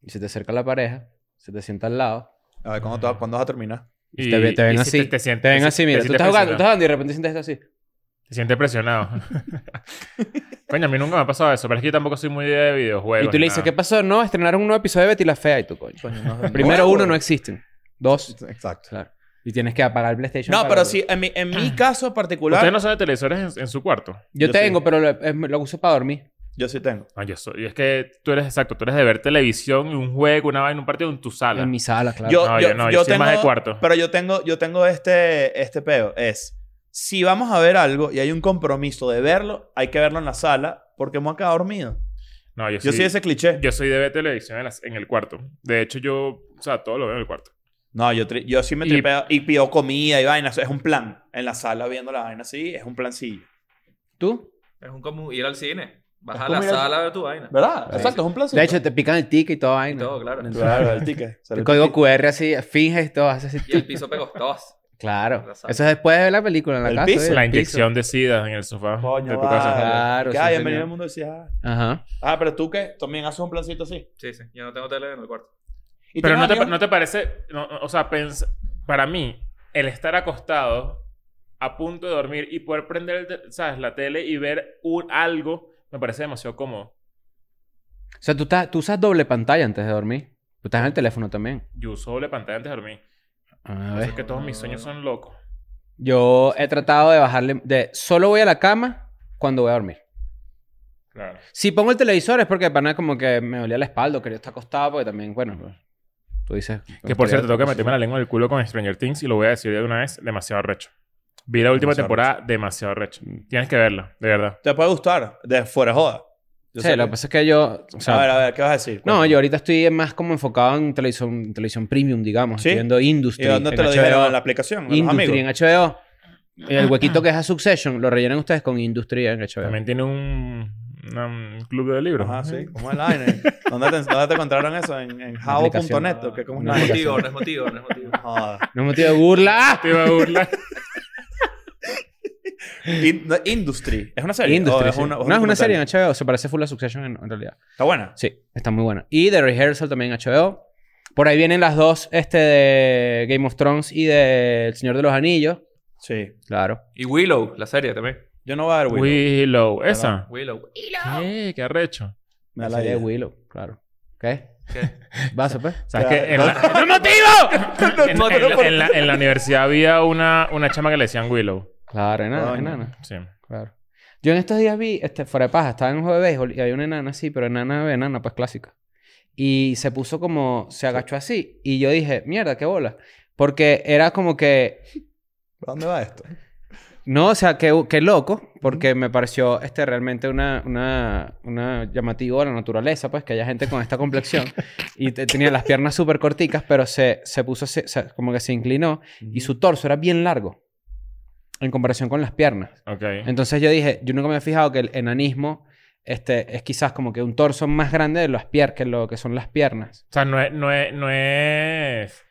Speaker 3: y se te acerca la pareja, se te sienta al lado.
Speaker 1: A ver, ¿cuándo, te va- cuándo vas a terminar?
Speaker 2: Y,
Speaker 3: te, ve- te ven
Speaker 2: y si
Speaker 3: así.
Speaker 2: Te, te sientes,
Speaker 3: te ven
Speaker 2: te-
Speaker 3: así,
Speaker 2: te
Speaker 3: mira. tú
Speaker 2: sientes
Speaker 3: estás jugando, tú estás
Speaker 2: presionado.
Speaker 3: jugando y de repente sientes esto así.
Speaker 2: Te sientes presionado. Coño, a mí nunca me ha pasado eso. Pero es que yo tampoco soy muy de videojuegos.
Speaker 3: y tú le
Speaker 2: ni
Speaker 3: dices,
Speaker 2: nada.
Speaker 3: ¿qué pasó? No, estrenaron un nuevo episodio de Betty la Fea y tú, coño. Primero, uno, no existen. Dos,
Speaker 1: Exacto.
Speaker 3: claro. Y tienes que apagar el PlayStation.
Speaker 1: No,
Speaker 3: para
Speaker 1: pero
Speaker 3: verlo.
Speaker 1: sí, en mi, en mi caso particular,
Speaker 2: Ustedes Ah. no son de televisores en, en su cuarto.
Speaker 3: Yo,
Speaker 1: Yo
Speaker 3: tengo,
Speaker 1: sí.
Speaker 3: pero lo, es- lo uso para dormir.
Speaker 1: yo sí tengo.
Speaker 2: No, yo soy. Es que tú eres exacto. Tú eres de ver televisión, un juego, una vaina, un partido en tu sala.
Speaker 3: En mi sala, claro.
Speaker 1: Yo,
Speaker 2: No,
Speaker 1: yo,
Speaker 2: yo no, yo
Speaker 1: yo
Speaker 2: soy
Speaker 1: tengo,
Speaker 2: más de cuarto.
Speaker 1: Pero yo tengo, yo tengo este, este peo. Es, si vamos a ver algo y hay un compromiso de verlo, hay que verlo en la sala porque me voy a quedar dormido.
Speaker 2: No, yo soy,
Speaker 1: Yo soy ese cliché.
Speaker 2: yo soy de ver televisión en, las- en el cuarto. De hecho, yo. O sea, todo lo veo en el cuarto.
Speaker 1: No, yo, tri- yo sí me
Speaker 2: Y-
Speaker 1: tripeo y pido comida y vainas. Es un plan. En la sala viendo la vaina así, es un plancillo.
Speaker 3: ¿Tú?
Speaker 4: Es un común ir al cine. Vas
Speaker 1: Es
Speaker 4: a la
Speaker 1: como ir al-
Speaker 4: sala a ver tu vaina.
Speaker 1: ¿Verdad?
Speaker 3: Sí.
Speaker 1: Exacto, es un plancillo.
Speaker 3: De hecho, te pican el ticket y todo ahí.
Speaker 4: Y todo, claro.
Speaker 1: Claro, el ticket. Sale
Speaker 3: El
Speaker 1: el
Speaker 3: código
Speaker 1: tic-
Speaker 3: QR así, finges y todo, haces así.
Speaker 4: Y el piso pegostoso.
Speaker 3: Claro.
Speaker 4: La
Speaker 3: Eso
Speaker 4: sala.
Speaker 3: es después de ver la película en la
Speaker 1: El
Speaker 3: casa.
Speaker 1: piso.
Speaker 3: ¿eh? El
Speaker 2: La
Speaker 3: piso.
Speaker 2: inyección de sida en el sofá
Speaker 1: Coño,
Speaker 2: de tu casa.
Speaker 1: vale.
Speaker 3: Claro,
Speaker 1: Que,
Speaker 3: sí,
Speaker 1: ay,
Speaker 3: señor.
Speaker 1: bienvenido al mundo decía. ah.
Speaker 3: Ajá.
Speaker 1: Ah, pero tú qué? También haces un plancito así.
Speaker 4: Sí, sí. Yo no tengo tele en el cuarto.
Speaker 1: ¿Y
Speaker 2: Pero
Speaker 1: tienes
Speaker 2: no te,
Speaker 1: amigos?
Speaker 2: no te parece, no, no, o sea, pens- para mí, el estar acostado a punto de dormir y poder prender, el te- ¿sabes? La tele y ver un, algo, me parece demasiado cómodo.
Speaker 3: O sea, tú, estás- tú usas doble pantalla antes de dormir. Tú estás en el teléfono también.
Speaker 2: Yo uso doble pantalla antes de dormir.
Speaker 3: A
Speaker 2: Así
Speaker 3: ver.
Speaker 2: que todos mis sueños son locos.
Speaker 3: Yo he tratado de bajarle. De, solo voy a la cama cuando voy a dormir.
Speaker 2: Claro.
Speaker 3: Si pongo el televisor es porque pana como que me dolía la espalda, o quería estar acostado, porque también, bueno, pues, tú dices.
Speaker 2: Que por cierto, tengo que meterme la lengua en el culo con Stranger Things y lo voy a decir de una vez, demasiado recho. Vi la última
Speaker 1: Demasiado
Speaker 2: temporada, demasiado recho. Tienes que verla, de verdad.
Speaker 1: Te puede gustar, de fuera de joda. Yo
Speaker 3: Sí,
Speaker 1: sé
Speaker 3: lo
Speaker 1: que-
Speaker 3: que pasa es que yo. o sea,
Speaker 1: a ver, a ver, ¿qué vas a decir?
Speaker 3: No,
Speaker 1: Cuéntame.
Speaker 3: yo ahorita estoy más como enfocado en televisión, televisión premium, digamos.
Speaker 1: ¿Sí?
Speaker 3: Estoy viendo Industry.
Speaker 1: ¿Y dónde
Speaker 3: en
Speaker 1: te lo
Speaker 3: HBO.
Speaker 1: dijeron? ¿En la aplicación? ¿En los
Speaker 3: Industry
Speaker 1: amigos?
Speaker 3: en HBO. Y El huequito que es a Succession lo rellenan ustedes con Industry en HBO.
Speaker 2: También tiene un, una- un club de libros.
Speaker 1: Ajá, sí. ¿Cómo es la vaina? ¿Dónde te, dónde te encontraron eso? ¿En, en
Speaker 3: aplicación.
Speaker 1: how.net? ¿O qué? ¿Cómo es
Speaker 4: No
Speaker 1: la
Speaker 4: es
Speaker 1: vaina?
Speaker 4: motivo, no es motivo, no es motivo.
Speaker 1: Joda.
Speaker 3: No es motivo de burla. ¡Ah!
Speaker 2: Te iba a burlar.
Speaker 1: In- no, Industry. ¿Es una serie?
Speaker 3: Industry.
Speaker 1: ¿O es
Speaker 3: sí.
Speaker 1: una- o
Speaker 3: no, es una
Speaker 1: documental?
Speaker 3: serie en HBO. Se parece full a Succession en, en realidad.
Speaker 1: Está buena.
Speaker 3: Sí, está muy buena. Y The Rehearsal también en HBO. Por ahí vienen las dos este de Game of Thrones y de El Señor de los Anillos.
Speaker 1: Sí.
Speaker 3: Claro.
Speaker 4: Y Willow, la serie también.
Speaker 1: Yo no voy a ver Willow.
Speaker 2: Willow, esa.
Speaker 4: Willow.
Speaker 2: ¿Qué? ¿Qué arrecho?
Speaker 1: Me da la
Speaker 3: la serie de
Speaker 1: idea.
Speaker 3: Willow, claro. ¿Qué?
Speaker 4: ¿Qué?
Speaker 3: ¿Vas a pues?
Speaker 1: Claro.
Speaker 2: ¿Sabes qué? En la,
Speaker 3: ¡No es motivo!
Speaker 2: en, en- en la, en la universidad había una, una chama que le decían Willow.
Speaker 3: Claro, enana,
Speaker 1: Coño.
Speaker 3: enana.
Speaker 2: Sí.
Speaker 3: Claro. Yo en estos días vi, este, fuera de paja, estaba en un juego de béisbol y había una enana así, pero enana, enana, pues clásica. Y se puso como, se agachó así. Y yo dije, mierda, qué bola. Porque era como que,
Speaker 1: ¿Para dónde va esto?
Speaker 3: no, o sea, qué, qué loco, porque me pareció este, realmente una, una, una llamativo a la naturaleza, pues, que haya gente con esta complexión. y te- tenía las piernas súper corticas, pero se, se puso, así, o sea, como que se inclinó y su torso era bien largo en comparación con las piernas.
Speaker 2: Ok.
Speaker 3: Entonces yo dije, yo nunca me he fijado que el enanismo este, es quizás como que un torso más grande de las pier que lo que son las piernas.
Speaker 2: O sea, no es, no es, no es,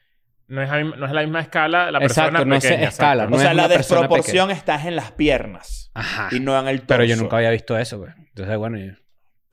Speaker 2: no es, la misma- no es la misma escala la persona
Speaker 3: Exacto, no se
Speaker 2: pequeña,
Speaker 3: escala,
Speaker 2: exacto.
Speaker 1: o
Speaker 3: No
Speaker 1: sea,
Speaker 3: es
Speaker 1: la
Speaker 3: una persona
Speaker 1: desproporción está en las piernas
Speaker 3: Ajá.
Speaker 1: y no en el torso.
Speaker 3: Pero yo nunca había visto eso, pues. Entonces, bueno, yo-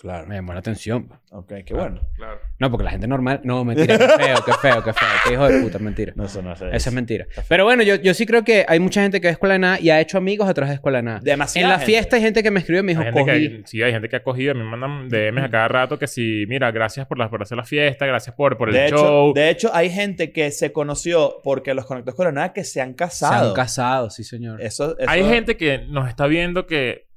Speaker 1: Claro.
Speaker 3: me llamó la atención. pues.
Speaker 1: Ok, qué bueno.
Speaker 4: Claro.
Speaker 3: No, porque la gente normal... No, mentira. Qué feo, qué feo, qué feo. Qué hijo de puta, mentira.
Speaker 1: No, eso no
Speaker 2: pues.
Speaker 1: se
Speaker 3: Eso es mentira. Pero bueno, yo, yo sí creo que hay mucha gente que ve Escuela de Nada y ha hecho amigos a través de Escuela de Nada.
Speaker 1: Demasiada
Speaker 3: en la
Speaker 1: gente.
Speaker 3: fiesta hay gente que me escribió y me dijo,
Speaker 2: Hay gente
Speaker 3: cogí. Mm.
Speaker 2: que, sí, hay gente que ha cogido, me mandan DMs a cada rato que sí, mira, gracias por, la, por hacer la fiesta, gracias por, por el
Speaker 1: de,
Speaker 2: show.
Speaker 1: hecho, de hecho, hay gente que se conoció porque los conectó con la nada que se han
Speaker 3: Se han
Speaker 1: casado.
Speaker 3: casado, sí, señor.
Speaker 2: Este,
Speaker 1: Eso- eso-
Speaker 2: Hay gente que nos está viendo que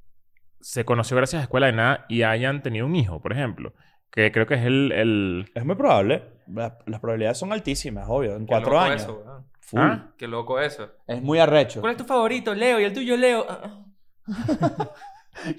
Speaker 2: se conoció gracias a Escuela de Nada y hayan tenido un hijo, por ejemplo. Que creo que es el... el-
Speaker 1: Es muy probable. La- las probabilidades son altísimas, obvio. En
Speaker 4: Qué
Speaker 1: cuatro
Speaker 4: loco
Speaker 1: años.
Speaker 4: Eso, este weón.
Speaker 1: Full.
Speaker 2: ¿Ah?
Speaker 4: Qué loco eso.
Speaker 1: Es muy arrecho.
Speaker 4: ¿Cuál es tu favorito, Leo? Y el tuyo, Leo. Ah,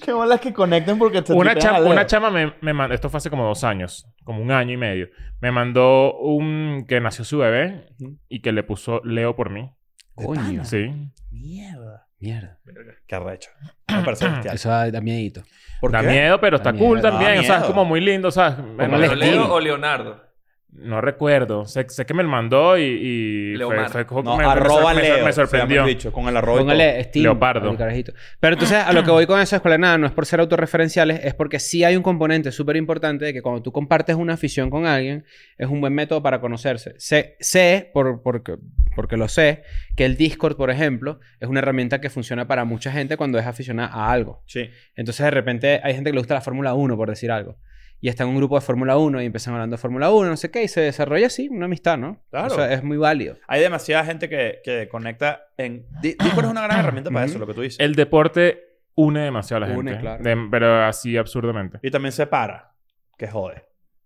Speaker 1: Qué bolas que conecten porque te
Speaker 2: Una,
Speaker 1: tipean
Speaker 2: chama,
Speaker 1: a Leo.
Speaker 2: una chama me, me mandó... Esto fue hace como dos años, como un año y medio. Me mandó un... que nació su bebé
Speaker 1: Ujú.
Speaker 2: y que le puso Leo por mí.
Speaker 3: Coño.
Speaker 2: Sí.
Speaker 1: Mierda.
Speaker 3: Mierda.
Speaker 4: verga.
Speaker 1: Qué arrecho. Me parece bestial.
Speaker 3: Eso da, da miedito.
Speaker 1: ¿Por
Speaker 2: da
Speaker 1: qué?
Speaker 2: miedo, pero está
Speaker 3: Da
Speaker 2: cool
Speaker 3: miedo.
Speaker 2: también.
Speaker 1: Da
Speaker 2: o sea, es
Speaker 1: miedo.
Speaker 2: como muy lindo, ¿sabes? Me-
Speaker 3: Como
Speaker 2: me-
Speaker 3: el
Speaker 4: ¿Pero
Speaker 3: estilo.
Speaker 4: Leo o Leonardo?
Speaker 2: No recuerdo. Sé, sé que me lo mandó y... y
Speaker 4: Leo
Speaker 2: fue-
Speaker 4: Mar.
Speaker 2: fue como-
Speaker 1: No,
Speaker 2: me- me
Speaker 1: arroba
Speaker 2: sor- me sor-
Speaker 1: Leo.
Speaker 2: Me sorprendió.
Speaker 1: se llama el bicho, con el arroba. y todo.
Speaker 3: Póngale Steam.
Speaker 2: Leopardo.
Speaker 3: al carajito. Pero entonces, a lo que voy con eso, Escuela de Nada, no es por ser autorreferenciales, es porque sí hay un componente súper importante de que cuando tú compartes una afición con alguien, es un buen método para conocerse. Sé, sé por, porque, porque lo sé, que el Discord, por ejemplo, es una herramienta que funciona para mucha gente cuando es aficionada a algo.
Speaker 1: Sí.
Speaker 3: Entonces, de repente, hay gente que le gusta la Fórmula 1, por decir algo. Y está en un grupo de Fórmula 1 y empiezan hablando de Fórmula 1, no sé qué, y se desarrolla así una amistad, ¿no?
Speaker 1: Claro.
Speaker 3: Eso es muy válido.
Speaker 1: Hay demasiada gente que, que conecta en... Di- Discord es una gran herramienta para eso,
Speaker 3: Ujú.
Speaker 1: lo que tú dices.
Speaker 2: El deporte une demasiado a la
Speaker 3: Une,
Speaker 2: gente.
Speaker 3: claro.
Speaker 2: De- pero así absurdamente.
Speaker 1: Y también separa, que jode.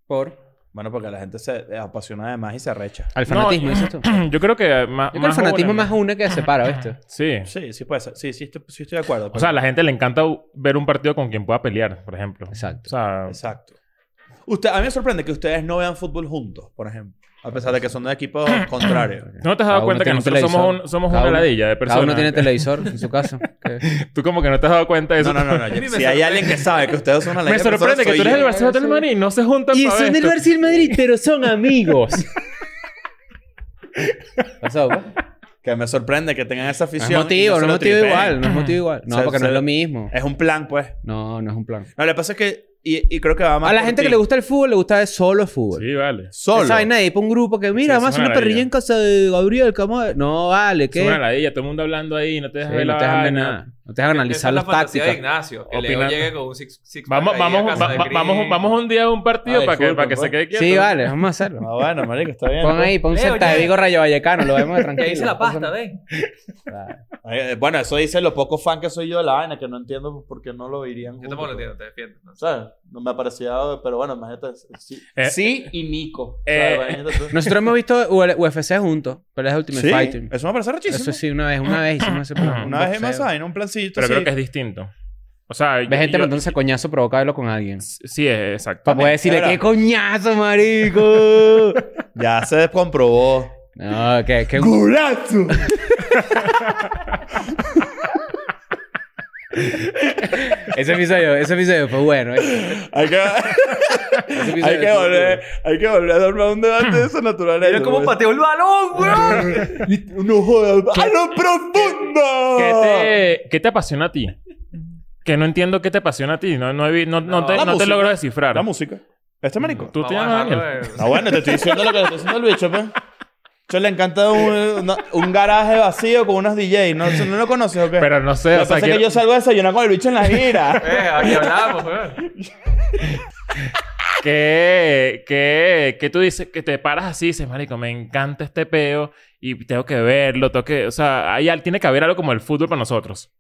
Speaker 3: Por.
Speaker 1: Bueno, porque la gente se eh, apasiona de más y se arrecha.
Speaker 3: Al
Speaker 2: No,
Speaker 3: fanatismo, dices tú. Yo
Speaker 2: Yo creo que ma- más.
Speaker 3: creo que el fanatismo
Speaker 2: une.
Speaker 3: más une que separa, ¿viste?
Speaker 2: Sí.
Speaker 1: Sí, sí puede ser. Sí, sí, estoy, sí estoy de acuerdo.
Speaker 2: O sea, a la gente le encanta u- ver un partido con quien pueda pelear, por ejemplo.
Speaker 3: Exacto.
Speaker 2: O sea,
Speaker 1: Exacto. Usted, a mí me sorprende que ustedes no vean fútbol juntos, por ejemplo. A pesar de que son de equipos contrarios.
Speaker 2: ¿no te has dado
Speaker 3: Cada uno
Speaker 2: cuenta que
Speaker 3: tiene un
Speaker 2: nosotros somos,
Speaker 3: televisor.
Speaker 2: un- somos
Speaker 3: Cada
Speaker 2: una
Speaker 3: uno-
Speaker 2: ladilla de personas?
Speaker 3: Cada uno tiene televisor en su caso. Que-
Speaker 2: Tú como que no te has dado cuenta de eso.
Speaker 1: No, no, no. no.
Speaker 4: mí me
Speaker 1: si hay
Speaker 4: sorprende.
Speaker 1: alguien que sabe que ustedes son una
Speaker 2: Me
Speaker 1: ley de personas,
Speaker 2: sorprende que
Speaker 1: soy
Speaker 2: tú eres
Speaker 1: yo.
Speaker 2: el Barcelona del Madrid. No se juntan
Speaker 3: y
Speaker 2: para
Speaker 3: son del
Speaker 2: esto.
Speaker 3: Barcelona Madrid, pero son amigos. Pasó, pues.
Speaker 1: Que me sorprende que tengan esa
Speaker 3: No
Speaker 1: afición.
Speaker 3: es
Speaker 1: y
Speaker 3: motivo,
Speaker 1: se
Speaker 3: no es
Speaker 1: lo
Speaker 3: motivo
Speaker 1: tripeen.
Speaker 3: igual, no es motivo igual. No,
Speaker 1: Se-
Speaker 3: porque no
Speaker 1: se-
Speaker 3: es lo mismo.
Speaker 1: Es un plan, pues.
Speaker 3: No, no es un plan.
Speaker 1: No, lo que pasa es que... Y, y creo que va más
Speaker 3: A la
Speaker 1: por
Speaker 3: gente
Speaker 1: ti.
Speaker 3: que le gusta el fútbol, le gusta solo fútbol.
Speaker 2: Sí, vale.
Speaker 1: Solo.
Speaker 3: Esa vaina ahí, pa' un grupo que mira,
Speaker 2: Sí,
Speaker 3: vamos a
Speaker 2: es
Speaker 3: hacer
Speaker 2: una
Speaker 3: una perrilla en casa de Gabriel Camo. No, vale, ¿qué?
Speaker 2: Es una ladilla. Todo el mundo hablando ahí. No te dejas
Speaker 3: Sí,
Speaker 2: ver la
Speaker 3: no te dejan ver
Speaker 2: vaina.
Speaker 3: nada. No te dejan
Speaker 4: Esa
Speaker 3: analizar
Speaker 4: es la
Speaker 3: las
Speaker 4: fantasía de
Speaker 3: tácticas.
Speaker 4: Ignacio. Que Leo
Speaker 2: Opinando.
Speaker 4: llegue con un six, six
Speaker 2: Vamos, vamos, va- va- vamos, vamos un día a un partido
Speaker 1: Ah,
Speaker 2: para, que,
Speaker 1: disculpen,
Speaker 2: para que se
Speaker 1: pues.
Speaker 2: quede quieto.
Speaker 3: Sí, vale, vamos a hacerlo.
Speaker 1: Ah, bueno, marico, está bien.
Speaker 3: Pon
Speaker 1: pues.
Speaker 3: ahí, pon
Speaker 4: Leo,
Speaker 3: Celta de
Speaker 4: ya.
Speaker 3: Vigo Rayo Vallecano, lo vemos
Speaker 4: Eh, Que
Speaker 3: tranquilo.
Speaker 4: ahí hice la
Speaker 3: no pasa
Speaker 4: pasta,
Speaker 3: nada.
Speaker 4: ven.
Speaker 1: Eh, Bueno, eso dice lo poco fan que soy yo de la vaina, que no entiendo por qué no lo dirían.
Speaker 4: Yo
Speaker 1: juntos.
Speaker 4: tampoco lo entiendo, te defiendo. No sé.
Speaker 1: ¿Sabes? No me parecía, pero bueno, imagínate. Sí,
Speaker 2: Eh,
Speaker 1: sí y Nico.
Speaker 2: eh,
Speaker 1: ¿sabes? Imagínate tú.
Speaker 3: Nosotros hemos visto U- UFC juntos, peleas de Ultimate
Speaker 1: Sí,
Speaker 3: Fighting.
Speaker 1: eso me parece rechísimo.
Speaker 3: Eso sí, una vez, una vez hicimos ese programa.
Speaker 1: Una vez más, ¿sabes? En un plancito.
Speaker 2: Pero
Speaker 1: sí.
Speaker 2: creo que es distinto. O sea,
Speaker 3: Ve
Speaker 2: yo-
Speaker 3: gente
Speaker 2: yo-
Speaker 3: entonces coñazo provocarlo con alguien.
Speaker 2: Sí, es- exacto.
Speaker 3: Para poder decirle,
Speaker 1: Ahora.
Speaker 3: ¡qué coñazo, marico!
Speaker 1: Ya se comprobó.
Speaker 3: No, que, que
Speaker 1: ¡Golazo!
Speaker 3: ese episodio, ese episodio fue bueno. ¿eh?
Speaker 1: Hay que,
Speaker 3: Ese episodio
Speaker 1: hay que
Speaker 3: estuvo
Speaker 1: volver, hay que volver a armar un debate de esa naturaleza.
Speaker 4: Mira cómo pateó el balón, weón.
Speaker 1: ¡No jodas! ¡A lo profundo!
Speaker 2: ¿Qué te, qué te apasiona a ti? Que no entiendo qué te apasiona a ti. No, no, he vi- no, no
Speaker 4: No,
Speaker 2: te,
Speaker 1: la
Speaker 2: no te
Speaker 1: música.
Speaker 2: logro descifrar.
Speaker 1: La música. ¿Este marico?
Speaker 2: Tú te
Speaker 4: Vamos a
Speaker 2: llamas
Speaker 4: dejarlo
Speaker 2: Daniel.
Speaker 4: de-
Speaker 1: Ah, bueno, te estoy diciendo lo que le estoy diciendo al bicho, pues. Yo le encanta un, una- un garaje vacío con unos DJs. ¿No, ¿No lo conoces o qué?
Speaker 2: Pero no sé,
Speaker 1: Lo
Speaker 2: o
Speaker 1: que
Speaker 2: sea,
Speaker 1: pasa es
Speaker 2: quiero-
Speaker 1: que yo salgo a desayunar con el bicho en la gira.
Speaker 4: Eh, aquí hablamos, weón.
Speaker 2: ¿Qué, qué, qué tú dices? Que te paras así y dices, marico, me encanta este peo y tengo que verlo, tengo que... O sea, hay, al- tiene que haber algo como el fútbol para nosotros.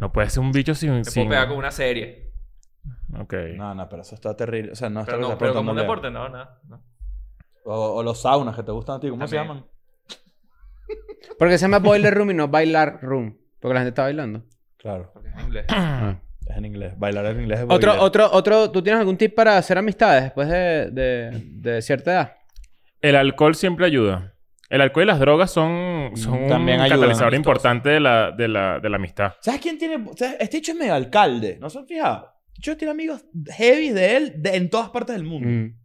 Speaker 2: No puede ser un bicho sin...
Speaker 4: Te
Speaker 2: sin...
Speaker 4: puedo pegar con una serie.
Speaker 2: Ok.
Speaker 1: No, no, pero eso está terrible. O sea, no está
Speaker 4: Pero, no, pero como un deporte, no, nada. No.
Speaker 1: O, o los saunas que te gustan a ti, ¿cómo se
Speaker 4: También.
Speaker 1: llaman?
Speaker 3: Porque se llama Boiler Room y no Bailar Room. Porque la gente está bailando.
Speaker 1: Claro,
Speaker 4: Porque es en inglés.
Speaker 1: es en inglés. Bailar en inglés es
Speaker 3: Otro,
Speaker 1: bailar.
Speaker 3: otro, otro. ¿Tú tienes algún tip para hacer amistades después de, de, de cierta edad?
Speaker 2: El alcohol siempre ayuda. El alcohol y las drogas son, son
Speaker 1: Mm, También
Speaker 2: un
Speaker 1: ayudan.
Speaker 2: catalizador
Speaker 1: Amistoso.
Speaker 2: importante de la, de, la, de la amistad.
Speaker 1: ¿Sabes quién tiene? ¿sabes? Este hecho es medio
Speaker 3: Mm.
Speaker 1: alcalde. ¿No se han fijado? Yo tiene amigos heavy de él de- en todas partes del mundo.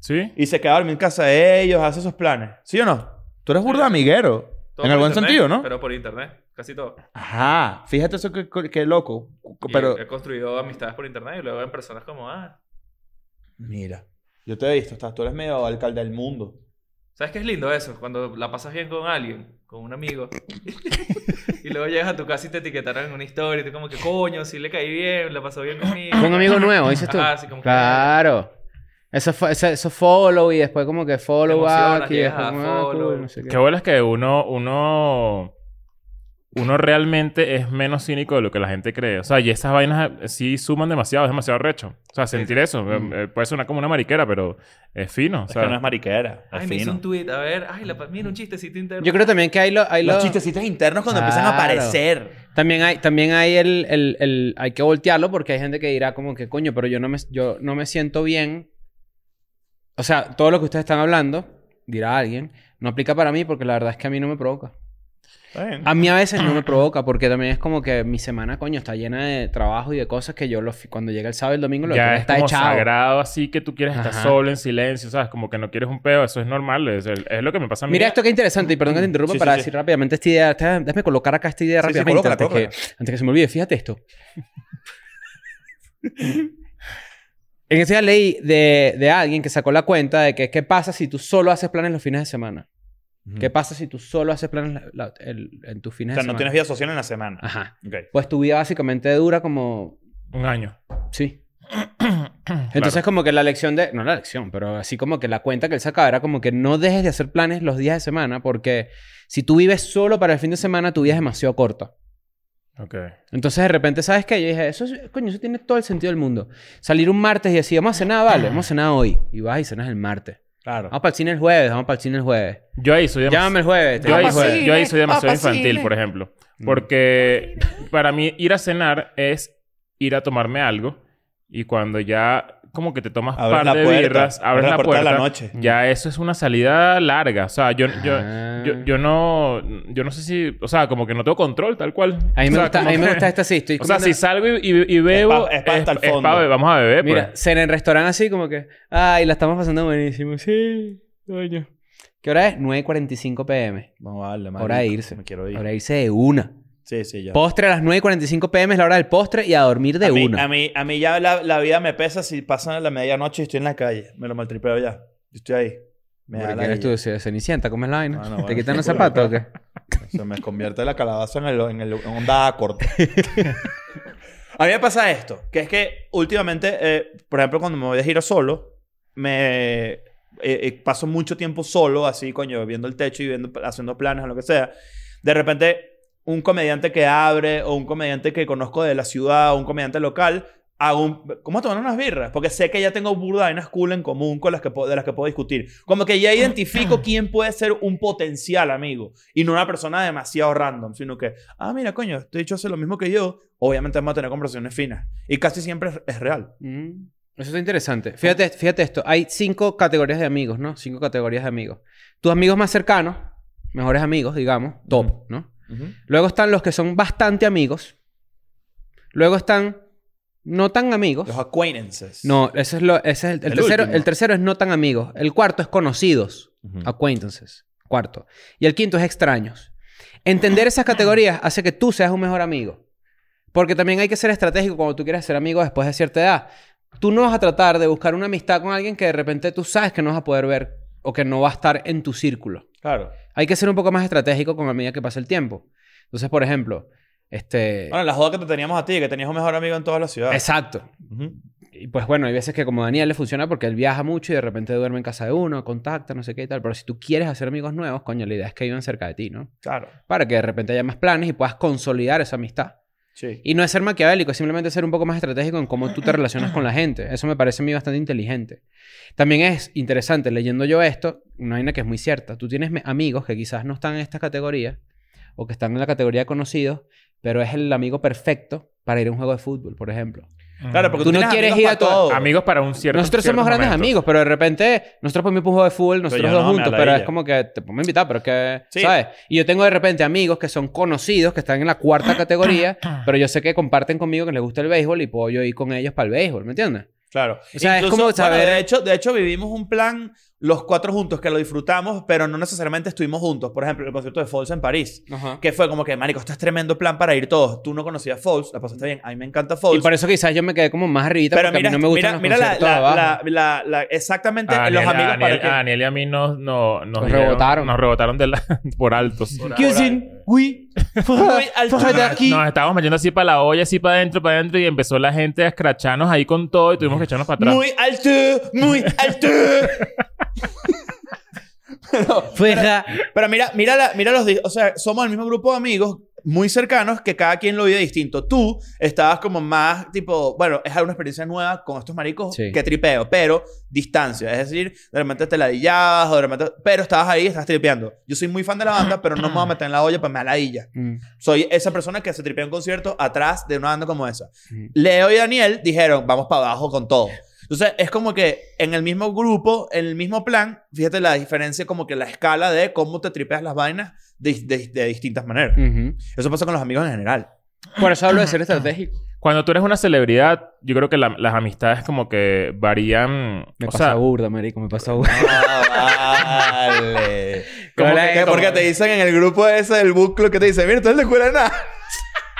Speaker 2: ¿Sí?
Speaker 1: Y se queda a dormir en casa de ellos, hace esos planes. ¿Sí o no? Tú eres burda amiguero.
Speaker 4: Todo
Speaker 1: en
Speaker 4: por
Speaker 1: el buen
Speaker 4: internet,
Speaker 1: sentido, ¿no?
Speaker 4: Pero por internet, casi todo.
Speaker 1: Ajá. Fíjate eso que, que loco.
Speaker 4: Y
Speaker 1: Pero...
Speaker 4: he construido amistades por internet y luego en personas como, ah,
Speaker 1: Mira. Yo te he visto. Estás, tú eres medio alcalde del mundo.
Speaker 4: ¿sabes qué es lindo eso? Cuando la pasas bien con alguien, con un amigo, y luego llegas a tu casa y te etiquetaron en una historia y tú como que, coño, sí le caí bien, la pasó bien conmigo.
Speaker 3: Fue un amigo nuevo, dices tú.
Speaker 4: Ajá, así como que-
Speaker 3: claro. Eso, fue, eso, eso follow y después como que follow
Speaker 4: Te emocionas,
Speaker 3: back y
Speaker 4: llegas
Speaker 3: después
Speaker 4: a
Speaker 3: como, ah, cool,
Speaker 4: follow.
Speaker 3: no sé qué.
Speaker 2: Qué bueno es que uno, uno, uno realmente es menos cínico de lo que la gente cree. O sea, y esas vainas eh, sí suman demasiado, es demasiado recho. O sea, sentir eso eh,
Speaker 3: Mm.
Speaker 2: eh, puede sonar como una mariquera, pero es fino. O
Speaker 1: Es
Speaker 2: sea,
Speaker 1: que no es mariquera.
Speaker 4: Ay,
Speaker 1: es
Speaker 4: me hizo
Speaker 1: fino.
Speaker 4: un tweet, a ver, ay, la pa- mira un chistecito interno.
Speaker 3: Yo creo también que hay, lo, hay
Speaker 1: Los
Speaker 3: lo-
Speaker 1: chistecitos internos cuando empiezan a
Speaker 3: Claro.
Speaker 1: aparecer.
Speaker 3: También hay, también hay el, el- el- hay que voltearlo porque hay gente que dirá como que coño, pero yo no me, yo no me siento bien. O sea, todo lo que ustedes están hablando, dirá alguien, no aplica para mí porque la verdad es que a mí no me provoca.
Speaker 1: Está bien.
Speaker 3: A mí a veces no me provoca porque también es como que mi semana, coño, está llena de trabajo y de cosas que yo lo, fi- cuando llega el sábado y el domingo lo
Speaker 2: ya es
Speaker 3: está
Speaker 2: como
Speaker 3: echado.
Speaker 2: sagrado así que tú quieres estar
Speaker 3: Ajá.
Speaker 2: solo en silencio, ¿sabes? Como que no quieres un peo, eso es normal, es, el- es lo que me pasa a mí.
Speaker 3: Mira esto que interesante, y perdón que te interrumpa
Speaker 1: Ah, Mm. Sí, sí,
Speaker 3: para
Speaker 1: sí.
Speaker 3: decir rápidamente esta idea. Déjame déjame colocar acá esta idea
Speaker 1: Sí, sí,
Speaker 3: rápidamente
Speaker 1: colócala,
Speaker 3: antes, Que,
Speaker 1: colócala.
Speaker 3: antes que se me olvide. Fíjate esto. en ese día leí de, de alguien que sacó la cuenta de que qué pasa si tú solo haces planes los fines de semana. ¿Qué pasa si tú solo haces planes la- la- el- en
Speaker 1: Mm.
Speaker 3: tus
Speaker 1: O
Speaker 3: fines
Speaker 1: sea,
Speaker 3: de
Speaker 1: no
Speaker 3: semana?
Speaker 1: tienes vida social en Ah. la semana.
Speaker 3: Ajá.
Speaker 1: Ok.
Speaker 3: Pues tu vida básicamente dura como...
Speaker 2: Un año.
Speaker 3: Sí.
Speaker 2: Claro.
Speaker 3: Entonces como que la lección de... No la lección, pero así como que la cuenta que él sacaba era como que no dejes de hacer planes los días de semana porque si tú vives solo para el fin de semana, tu vida es demasiado corta.
Speaker 2: Ok.
Speaker 3: Entonces de repente, ¿sabes qué? Yo dije, eso, es- coño, eso tiene todo el sentido del mundo. Salir un martes y decir, vamos a cenar, vale, vamos a cenar hoy. Y vas y cenas el martes.
Speaker 1: Claro.
Speaker 3: Vamos para el cine el jueves, vamos para el cine el jueves.
Speaker 2: Yo ahí soy demasiado...
Speaker 3: Llámame el jueves. te
Speaker 2: Yo
Speaker 3: llamo
Speaker 2: ahí,
Speaker 3: el jueves.
Speaker 2: soy, yo ahí soy demasiado infantil, por ejemplo.
Speaker 1: Mm.
Speaker 2: Porque para mí ir a cenar es ir a tomarme algo y cuando ya como que te tomas un
Speaker 1: Abres
Speaker 2: par
Speaker 1: la
Speaker 2: de
Speaker 1: puerta.
Speaker 2: birras, abres la, puerta,
Speaker 1: de la noche.
Speaker 2: ya eso es una salida larga. O sea, yo, yo,
Speaker 3: Ah.
Speaker 2: yo, yo no... Yo no sé si... O sea, como que no tengo control tal cual.
Speaker 3: Ah. A mí
Speaker 2: O
Speaker 3: me
Speaker 2: sea,
Speaker 3: gusta, a
Speaker 2: como
Speaker 3: mí me
Speaker 2: que-
Speaker 3: gusta este esta sí. Estoy
Speaker 2: O sea,
Speaker 3: comiendo-
Speaker 2: si salgo y, y- y bebo...
Speaker 1: pa- es pa hasta el
Speaker 2: es- es
Speaker 1: fondo.
Speaker 2: pa- vamos a beber,
Speaker 3: Mira,
Speaker 2: pues.
Speaker 3: cena en restaurante así como que, ay, la estamos pasando buenísimo. Sí, coño. ¿Qué hora es? 9.45 pm.
Speaker 1: No vale,
Speaker 3: Hora de
Speaker 1: marico,
Speaker 3: irse.
Speaker 1: Me quiero ir.
Speaker 3: Hora de irse de una.
Speaker 1: Sí, sí, ya.
Speaker 3: Postre a las 9.45 pm es la hora del postre y a dormir de
Speaker 1: a mí,
Speaker 3: una.
Speaker 1: A mí, a mí ya la, la vida me pesa si pasan la medianoche y estoy en la calle. Me lo maltripeo ya. Yo estoy ahí. Me da
Speaker 3: Porque
Speaker 1: la
Speaker 3: eres tú
Speaker 1: guilla.
Speaker 3: ce- cenicienta, ¿cómo es la vaina?
Speaker 1: Ah, no,
Speaker 3: ¿Te
Speaker 1: bueno,
Speaker 3: quitan los
Speaker 1: sí,
Speaker 3: zapatos o qué?
Speaker 1: Se me convierte la calabaza en el, en el en onda acorde. a mí me pasa esto. Que es que últimamente, eh, por ejemplo, cuando me voy de giro solo, me eh, eh, paso mucho tiempo solo, así, coño, viendo el techo y viendo, haciendo planes o lo que sea. De repente, un comediante que abre o un comediante que conozco de la ciudad o un comediante local, hago un... ¿Cómo tomar unas birras? Porque sé que ya tengo burda de vainas cool en común con las que, po- de las que puedo discutir. Como que ya identifico quién puede ser un potencial amigo y no una persona demasiado random, sino que, ah, mira, coño, este hecho hace lo mismo que yo. Obviamente vamos a tener conversaciones finas. Y casi siempre es, es real.
Speaker 3: Mm. Eso está interesante. Fíjate, fíjate esto. Hay cinco categorías de amigos, ¿no? Cinco categorías de amigos. Tus amigos más cercanos, mejores amigos, digamos, top, ¿no? Luego están los que son bastante amigos. Luego están no tan amigos.
Speaker 1: Los acquaintances.
Speaker 3: No, ese es, lo, ese es el, el
Speaker 1: El
Speaker 3: tercero.
Speaker 1: último.
Speaker 3: El tercero es no tan amigos. El cuarto es conocidos,
Speaker 1: Ujú.
Speaker 3: acquaintances. Cuarto. Y el quinto es extraños. Entender esas categorías hace que tú seas un mejor amigo. Porque también hay que ser estratégico cuando tú quieres ser amigo después de cierta edad. Tú no vas a tratar de buscar una amistad con alguien que de repente tú sabes que no vas a poder ver o que no va a estar en tu círculo
Speaker 1: Claro.
Speaker 3: hay que ser un poco más estratégico con la medida que pasa el tiempo. Entonces, por ejemplo, este...
Speaker 1: Bueno, la joda que te teníamos a ti, que tenías un mejor amigo en todas las ciudades.
Speaker 3: Exacto.
Speaker 1: Ujú.
Speaker 3: Y pues bueno, hay veces que como a Daniel le funciona porque él viaja mucho y de repente duerme en casa de uno, contacta, no sé qué y tal. Pero si tú quieres hacer amigos nuevos, coño, la idea es que vivan cerca de ti, ¿no?
Speaker 1: Claro.
Speaker 3: Para que de repente haya más planes y puedas consolidar esa amistad.
Speaker 1: Sí.
Speaker 3: Y no es ser maquiavélico, es simplemente ser un poco más estratégico en cómo tú te relacionas con la gente. Eso me parece a mí bastante inteligente. También es interesante, leyendo yo esto, una vaina que es muy cierta. Tú tienes me- amigos que quizás no están en esta categoría o que están en la categoría de conocidos, pero es el amigo perfecto para ir a un juego de fútbol, por ejemplo.
Speaker 1: Claro, porque tú,
Speaker 3: Tú no
Speaker 1: tienes
Speaker 3: quieres
Speaker 1: amigos
Speaker 3: ir
Speaker 1: pa'
Speaker 3: a todo.
Speaker 1: todo.
Speaker 2: Amigos para un cierto
Speaker 3: nosotros somos
Speaker 2: ciertos
Speaker 3: grandes
Speaker 2: momentos.
Speaker 3: amigos, pero de repente nosotros podemos ir a un juego de fútbol, nosotros
Speaker 1: yo
Speaker 3: dos
Speaker 1: no, me
Speaker 3: juntos,
Speaker 1: da
Speaker 3: pero es
Speaker 1: ladilla.
Speaker 3: como que te podemos invitar, pero es que,
Speaker 1: Sí.
Speaker 3: ¿sabes? Y yo tengo de repente amigos que son conocidos, que están en la
Speaker 2: Ah.
Speaker 3: cuarta categoría, pero yo sé que comparten conmigo que les gusta el béisbol y puedo yo ir con ellos para el béisbol, ¿me entiendes?
Speaker 1: Claro.
Speaker 3: O sea, es
Speaker 1: Incluso,
Speaker 3: como saber-
Speaker 1: de, hecho, de hecho, vivimos un plan los cuatro juntos que lo disfrutamos, pero no necesariamente estuvimos juntos. Por ejemplo, el concierto de Falls en París.
Speaker 3: Ajá.
Speaker 1: Que fue como que, marico, esto es tremendo plan para ir todos. Tú no conocías Falls, la pasaste bien. A mí me encanta Falls.
Speaker 3: Y por eso quizás yo me quedé como más arribita
Speaker 1: pero
Speaker 3: porque
Speaker 1: mira,
Speaker 3: a mí no me gustan
Speaker 1: mira, mira
Speaker 3: los
Speaker 1: la,
Speaker 3: conciertos
Speaker 1: la-
Speaker 3: abajo. Ah,
Speaker 1: la- la- la- exactamente
Speaker 2: A
Speaker 1: los
Speaker 2: Aniel-
Speaker 1: amigos
Speaker 2: a Aniel-
Speaker 1: para que-
Speaker 2: a Aniel y a mí nos, no- nos,
Speaker 3: Nos
Speaker 2: dijeron-
Speaker 3: rebotaron.
Speaker 2: Nos rebotaron de la- por altos.
Speaker 4: Por ahora.
Speaker 3: Kyusin, oui,
Speaker 1: Muy alto.
Speaker 3: de aquí.
Speaker 2: Nos estábamos metiendo así para la olla, así para adentro, para adentro, y empezó la gente a escracharnos ahí con todo y tuvimos que echarnos para atrás.
Speaker 1: Muy alto, muy alto. pero,
Speaker 3: Fuera.
Speaker 1: pero mira, mira, la- mira los. di- O sea, somos el mismo grupo de amigos muy cercanos que cada quien lo vive distinto. Tú estabas como más tipo, bueno, es una experiencia nueva con estos maricos
Speaker 3: Sí.
Speaker 1: que tripeo, pero distancia. Es decir, de repente te ladillabas, o de repente. Pero estabas ahí, estás tripeando. Yo soy muy fan de la banda, pero no me voy a meter en la olla para me aladilla.
Speaker 3: Mm.
Speaker 1: Soy esa persona que se tripea un concierto atrás de una banda como esa.
Speaker 3: Ujú.
Speaker 1: Leo y Daniel dijeron, vamos para abajo con todo. Entonces, es como que en el mismo grupo, en el mismo plan, fíjate la diferencia, como que la escala de cómo te tripeas las vainas de, de- de distintas maneras.
Speaker 3: Mm, Ujú.
Speaker 1: Eso pasa con los amigos en general.
Speaker 3: Por eso hablo de ser estratégico.
Speaker 2: Cuando tú eres una celebridad, yo creo que la- las amistades como que varían.
Speaker 3: Me
Speaker 2: o
Speaker 3: pasa
Speaker 2: sea,
Speaker 3: burda, marico, me pasa burda.
Speaker 1: Ah, vale. Como
Speaker 3: Hola,
Speaker 1: que- que
Speaker 3: ¿cómo
Speaker 1: porque
Speaker 3: es?
Speaker 1: te dicen en el grupo ese del book club que te dicen, mira, tú eres de escuela de nada.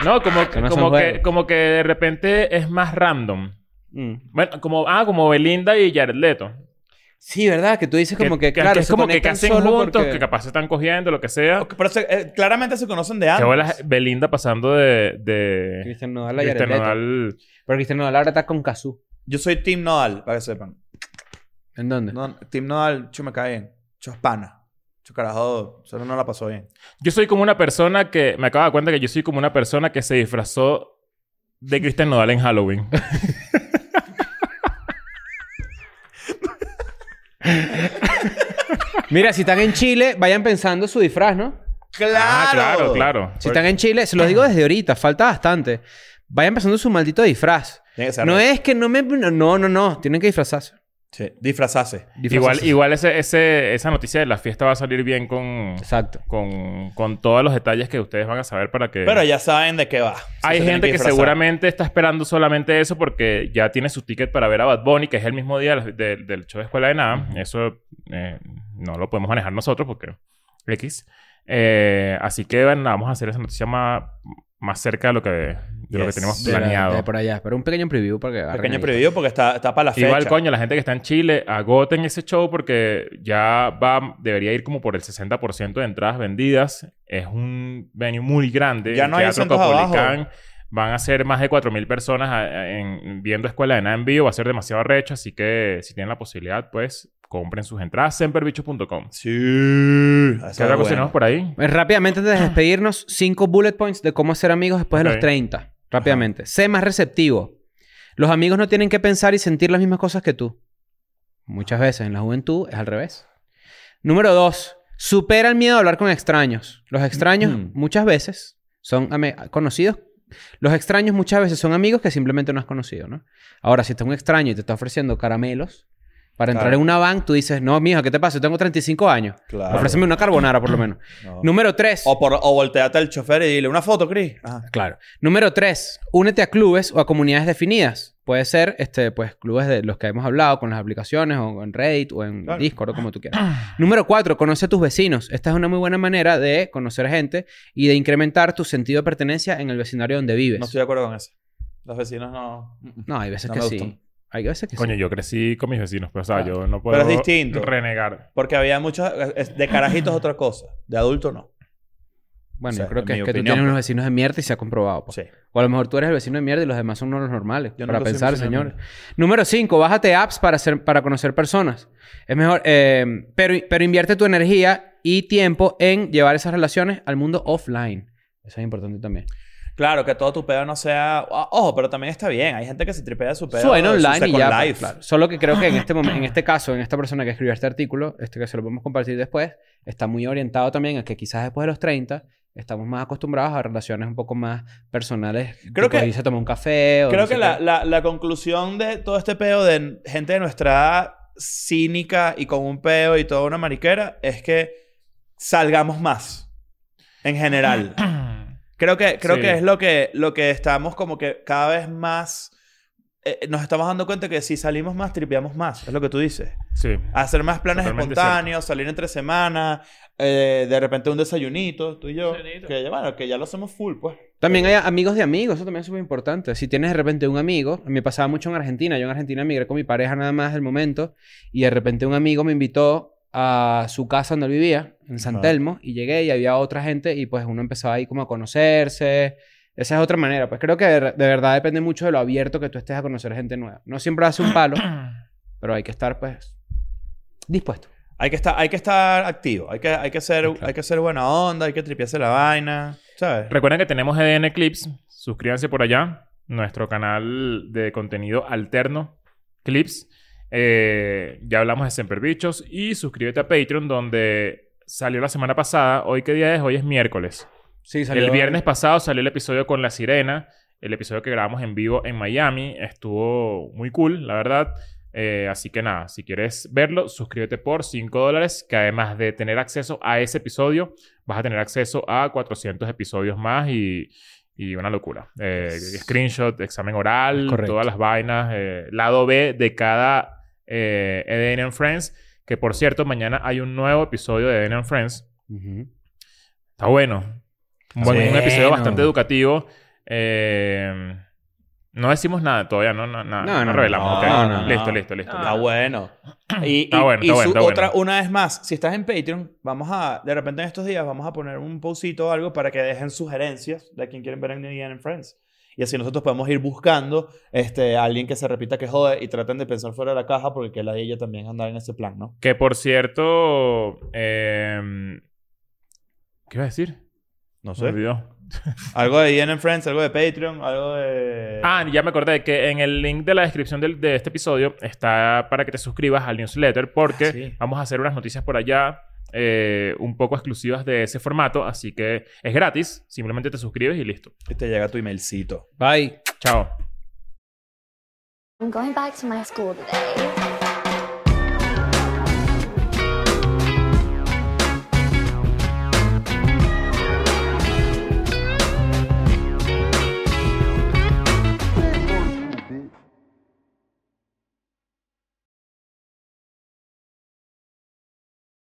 Speaker 2: no, como,
Speaker 3: Que no son
Speaker 2: como, que,
Speaker 3: juegos.
Speaker 2: como que de repente es más random.
Speaker 3: Mm.
Speaker 2: Bueno, como, ah, como Belinda y Jared Leto.
Speaker 3: Sí, ¿verdad? Que tú dices como que, claro,
Speaker 2: es
Speaker 3: se
Speaker 2: como que
Speaker 3: conectan
Speaker 2: hacen
Speaker 3: solo
Speaker 2: juntos,
Speaker 3: porque-
Speaker 2: que capaz se están cogiendo, lo que sea.
Speaker 1: Pero se- eh, claramente se conocen de
Speaker 2: Que
Speaker 1: antes.
Speaker 2: bolas Belinda pasando de... de
Speaker 3: Cristian Nodal y Jared
Speaker 2: Cristian
Speaker 3: Leto.
Speaker 2: Nodal.
Speaker 3: Pero Cristian Nodal ahora está con Cazú.
Speaker 1: Yo soy Team Nodal, para que sepan.
Speaker 3: ¿En dónde?
Speaker 1: No, Tim Nodal, yo me cae bien. Yo es pana. Yo carajo, solo no la pasó bien.
Speaker 2: Yo soy como una persona que... Me acabo de dar cuenta que yo soy como una persona que se disfrazó de Cristian Nodal en Halloween.
Speaker 3: Mira, si están en Chile, vayan pensando su disfraz, ¿no?
Speaker 1: ¡Claro!
Speaker 2: Ah, claro, claro.
Speaker 3: Si están en Chile, se los digo desde ahorita, falta bastante. Vayan pensando su maldito disfraz.
Speaker 1: Tiene que ser.
Speaker 3: No es que no me... No, no, no. Tienen que disfrazarse.
Speaker 1: Sí, disfrazarse.
Speaker 2: Igual,
Speaker 3: Disfrazarse.
Speaker 2: igual ese, ese- esa noticia de la fiesta va a salir bien con,
Speaker 3: Exacto.
Speaker 2: con, con todos los detalles que ustedes van a saber para que...
Speaker 1: Pero ya saben de qué va.
Speaker 2: Hay
Speaker 1: Se tienen
Speaker 2: gente que,
Speaker 1: disfrazar.
Speaker 2: seguramente está esperando solamente eso porque ya tiene su ticket para ver a Bad Bunny, que es el mismo día de- de- del show de Escuela de Nada. Eso eh, no lo podemos manejar nosotros porque X. Eh, así que bueno, vamos a hacer esa noticia más, más cerca de lo que, de lo que
Speaker 1: Yes.
Speaker 2: tenemos
Speaker 1: De
Speaker 2: planeado.
Speaker 3: De, por allá. Pero un pequeño preview para que agarren
Speaker 1: Pequeño
Speaker 3: ahí.
Speaker 1: prohibido porque está, está para la fecha.
Speaker 2: Igual, coño, la gente que está en Chile, agoten ese show porque ya va, debería ir como por el 60% de entradas vendidas. Es un venue muy grande.
Speaker 1: Ya
Speaker 2: El
Speaker 1: no hay
Speaker 2: Teatro
Speaker 1: asientos abajo.
Speaker 2: Copolicán. Van a ser más de 4.000 personas a- a- en- viendo Escuela de Nada en vivo. Va a ser demasiado recho, así que si tienen la posibilidad, pues compren sus entradas. Semperbichos.com.
Speaker 1: Sí. Eso es
Speaker 2: ¿Qué otra cosa
Speaker 1: bueno.
Speaker 2: tenemos por ahí?
Speaker 3: Eh, Rápidamente, antes de despedirnos, cinco bullet points de cómo hacer amigos después de
Speaker 2: Ok.
Speaker 3: los 30. Rápidamente. Sé más receptivo. Los amigos no tienen que pensar y sentir las mismas cosas que tú. Muchas veces en la juventud es al revés. Número dos. Supera el miedo a hablar con extraños. Los extraños
Speaker 1: Mm.
Speaker 3: muchas veces son ame- conocidos. Los extraños muchas veces son amigos que simplemente no has conocido, ¿no? Ahora, si está un extraño y te está ofreciendo caramelos para entrar
Speaker 1: Claro.
Speaker 3: en una van, tú dices, no, mijo, ¿qué te pasa? Yo tengo 35 años.
Speaker 1: Claro.
Speaker 3: Ofréceme una carbonara, por lo menos.
Speaker 1: No.
Speaker 3: Número 3.
Speaker 1: O, por, o volteate al chofer y dile una foto, Chris. Ajá.
Speaker 3: Claro. Número 3. Únete a clubes o a comunidades definidas. Puede ser, este, pues, clubes de los que hemos hablado con las aplicaciones o en Reddit o en
Speaker 1: Claro.
Speaker 3: Discord o como tú quieras. Número 4. Conoce a tus vecinos. Esta es una muy buena manera de conocer gente y de incrementar tu sentido de pertenencia en el vecindario donde vives.
Speaker 1: No
Speaker 3: No,
Speaker 1: estoy de acuerdo con eso. Los vecinos no. mm,
Speaker 3: hay veces
Speaker 1: No
Speaker 3: que
Speaker 1: me
Speaker 3: sí.
Speaker 1: gustan.
Speaker 3: Hay veces que
Speaker 2: Coño,
Speaker 3: sí.
Speaker 2: yo crecí con mis vecinos, pero o sea,
Speaker 3: Claro.
Speaker 2: yo no puedo
Speaker 1: es distinto.
Speaker 2: renegar.
Speaker 1: Porque había muchos. es- De carajitos otra cosa. De adulto no.
Speaker 3: Bueno,
Speaker 1: o sea,
Speaker 3: yo creo
Speaker 1: en
Speaker 3: que es
Speaker 1: mi
Speaker 3: que tú
Speaker 1: opinión,
Speaker 3: tienes
Speaker 1: pues.
Speaker 3: unos vecinos de mierda y se ha comprobado. pues.
Speaker 1: Sí.
Speaker 3: O a lo mejor tú eres el vecino de mierda y los demás son unos los normales.
Speaker 1: Yo
Speaker 3: para
Speaker 1: nunca soy
Speaker 3: pensar,
Speaker 1: vecino de
Speaker 3: señor.
Speaker 1: mierda.
Speaker 3: Número 5. Bájate apps para, hacer, para conocer personas. Es mejor... eh, pero, pero invierte tu energía y tiempo en llevar esas relaciones al mundo offline. Eso es importante también.
Speaker 1: Claro, que todo tu pedo no sea. o- Ojo, pero también está bien. Hay gente que se tripea de su pedo.
Speaker 3: Suena
Speaker 1: de su
Speaker 3: online y
Speaker 1: second
Speaker 3: ya. pues,
Speaker 1: life.
Speaker 3: claro. Solo que creo que en este, momen- en este caso, en esta persona que escribió este artículo, este que se lo podemos compartir después, está muy orientado también a que quizás después de los 30 estamos más acostumbrados a relaciones un poco más personales.
Speaker 1: Creo
Speaker 3: tipo
Speaker 1: que-
Speaker 3: irse a tomar un café o no
Speaker 1: Creo
Speaker 3: sé
Speaker 1: que la,
Speaker 3: qué.
Speaker 1: la- la conclusión de todo este peo de gente de nuestra edad cínica y con un peo y toda una mariquera es que salgamos más en general. Creo que, creo
Speaker 2: Sí.
Speaker 1: que es lo que, lo que estamos como que cada vez más eh, nos estamos dando cuenta que si salimos más, tripeamos más. Es lo que tú dices.
Speaker 2: Sí.
Speaker 1: Hacer más planes
Speaker 2: Totalmente
Speaker 1: espontáneos, salir entre semana, eh, de repente un desayunito, tú y yo.
Speaker 4: Desayunito.
Speaker 1: Que ya, bueno, que ya lo hacemos full, pues.
Speaker 3: También hay amigos de amigos, eso también es súper importante. Si tienes de repente un amigo, me pasaba mucho en Argentina, yo en Argentina migré con mi pareja nada más del momento, y de repente un amigo me invitó a su casa donde él vivía, en San
Speaker 1: Ajá.
Speaker 3: Telmo, y llegué y había otra gente, y pues uno empezaba ahí como a conocerse. Esa es otra manera. Pues creo que de, de verdad depende mucho de lo abierto que tú estés a conocer gente nueva. No siempre hace un palo, pero hay que estar pues dispuesto.
Speaker 1: Hay que estar, hay que estar activo, hay que, hay, que ser, hay que ser buena onda, hay que tripearse la vaina, ¿sabes?
Speaker 2: Recuerden que tenemos EDN Clips. Suscríbanse por allá. Nuestro canal de contenido alterno, Clips. Eh, ya hablamos de Semper Bichos. Y suscríbete a Patreon, donde salió la semana pasada. ¿Hoy qué día es? Hoy es miércoles.
Speaker 3: Sí,
Speaker 2: El viernes pasado salió el episodio con La Sirena. El episodio que grabamos en vivo en Miami. Estuvo muy cool, la verdad. Eh, así que nada, si quieres verlo, suscríbete por 5 dólares, que además de tener acceso a ese episodio, vas a tener acceso a 400 episodios más y, y una locura. Eh, Screenshot, examen oral,
Speaker 3: Es correcto.
Speaker 2: todas las vainas, eh, lado B de cada eh, EDN and Friends, que por cierto, mañana hay un nuevo episodio de E EDN and Friends. Está bueno. Un, buen- un
Speaker 3: bueno.
Speaker 2: episodio bastante educativo. Eh, no decimos nada todavía, no, no, nada.
Speaker 3: No,
Speaker 2: No,
Speaker 3: no,
Speaker 2: revelamos.
Speaker 1: no,
Speaker 2: ok.
Speaker 1: no, no, no.
Speaker 2: listo, listo, listo.
Speaker 1: Está bueno. Y,
Speaker 2: Está
Speaker 1: y-
Speaker 2: bueno,
Speaker 1: y
Speaker 2: está bueno,
Speaker 1: su
Speaker 2: está
Speaker 1: otra,
Speaker 2: bueno.
Speaker 1: una vez más, si estás en Patreon, vamos a, de repente en estos días, vamos a poner un pausito o algo para que dejen sugerencias de quien quieren ver en Indiana and Friends. Y así nosotros podemos ir buscando este, a alguien que se repita que jode y traten de pensar fuera de la caja porque que la de ella también andar en ese plan, ¿no?
Speaker 2: Que por cierto. eh, ¿Qué iba a decir?
Speaker 1: No
Speaker 2: Me
Speaker 1: sé.
Speaker 2: olvidó.
Speaker 1: Algo de Indiana and Friends, algo de Patreon, algo de...
Speaker 2: Ah, ya me acordé que en el link de la descripción del- de este episodio está para que te suscribas al newsletter porque
Speaker 1: Ah, sí.
Speaker 2: vamos a hacer unas noticias por allá eh, un poco exclusivas de ese formato. Así que es gratis. Simplemente te suscribes y listo.
Speaker 1: Y te llega tu emailcito.
Speaker 3: Bye.
Speaker 2: Chao.
Speaker 5: I'm going back to my school today.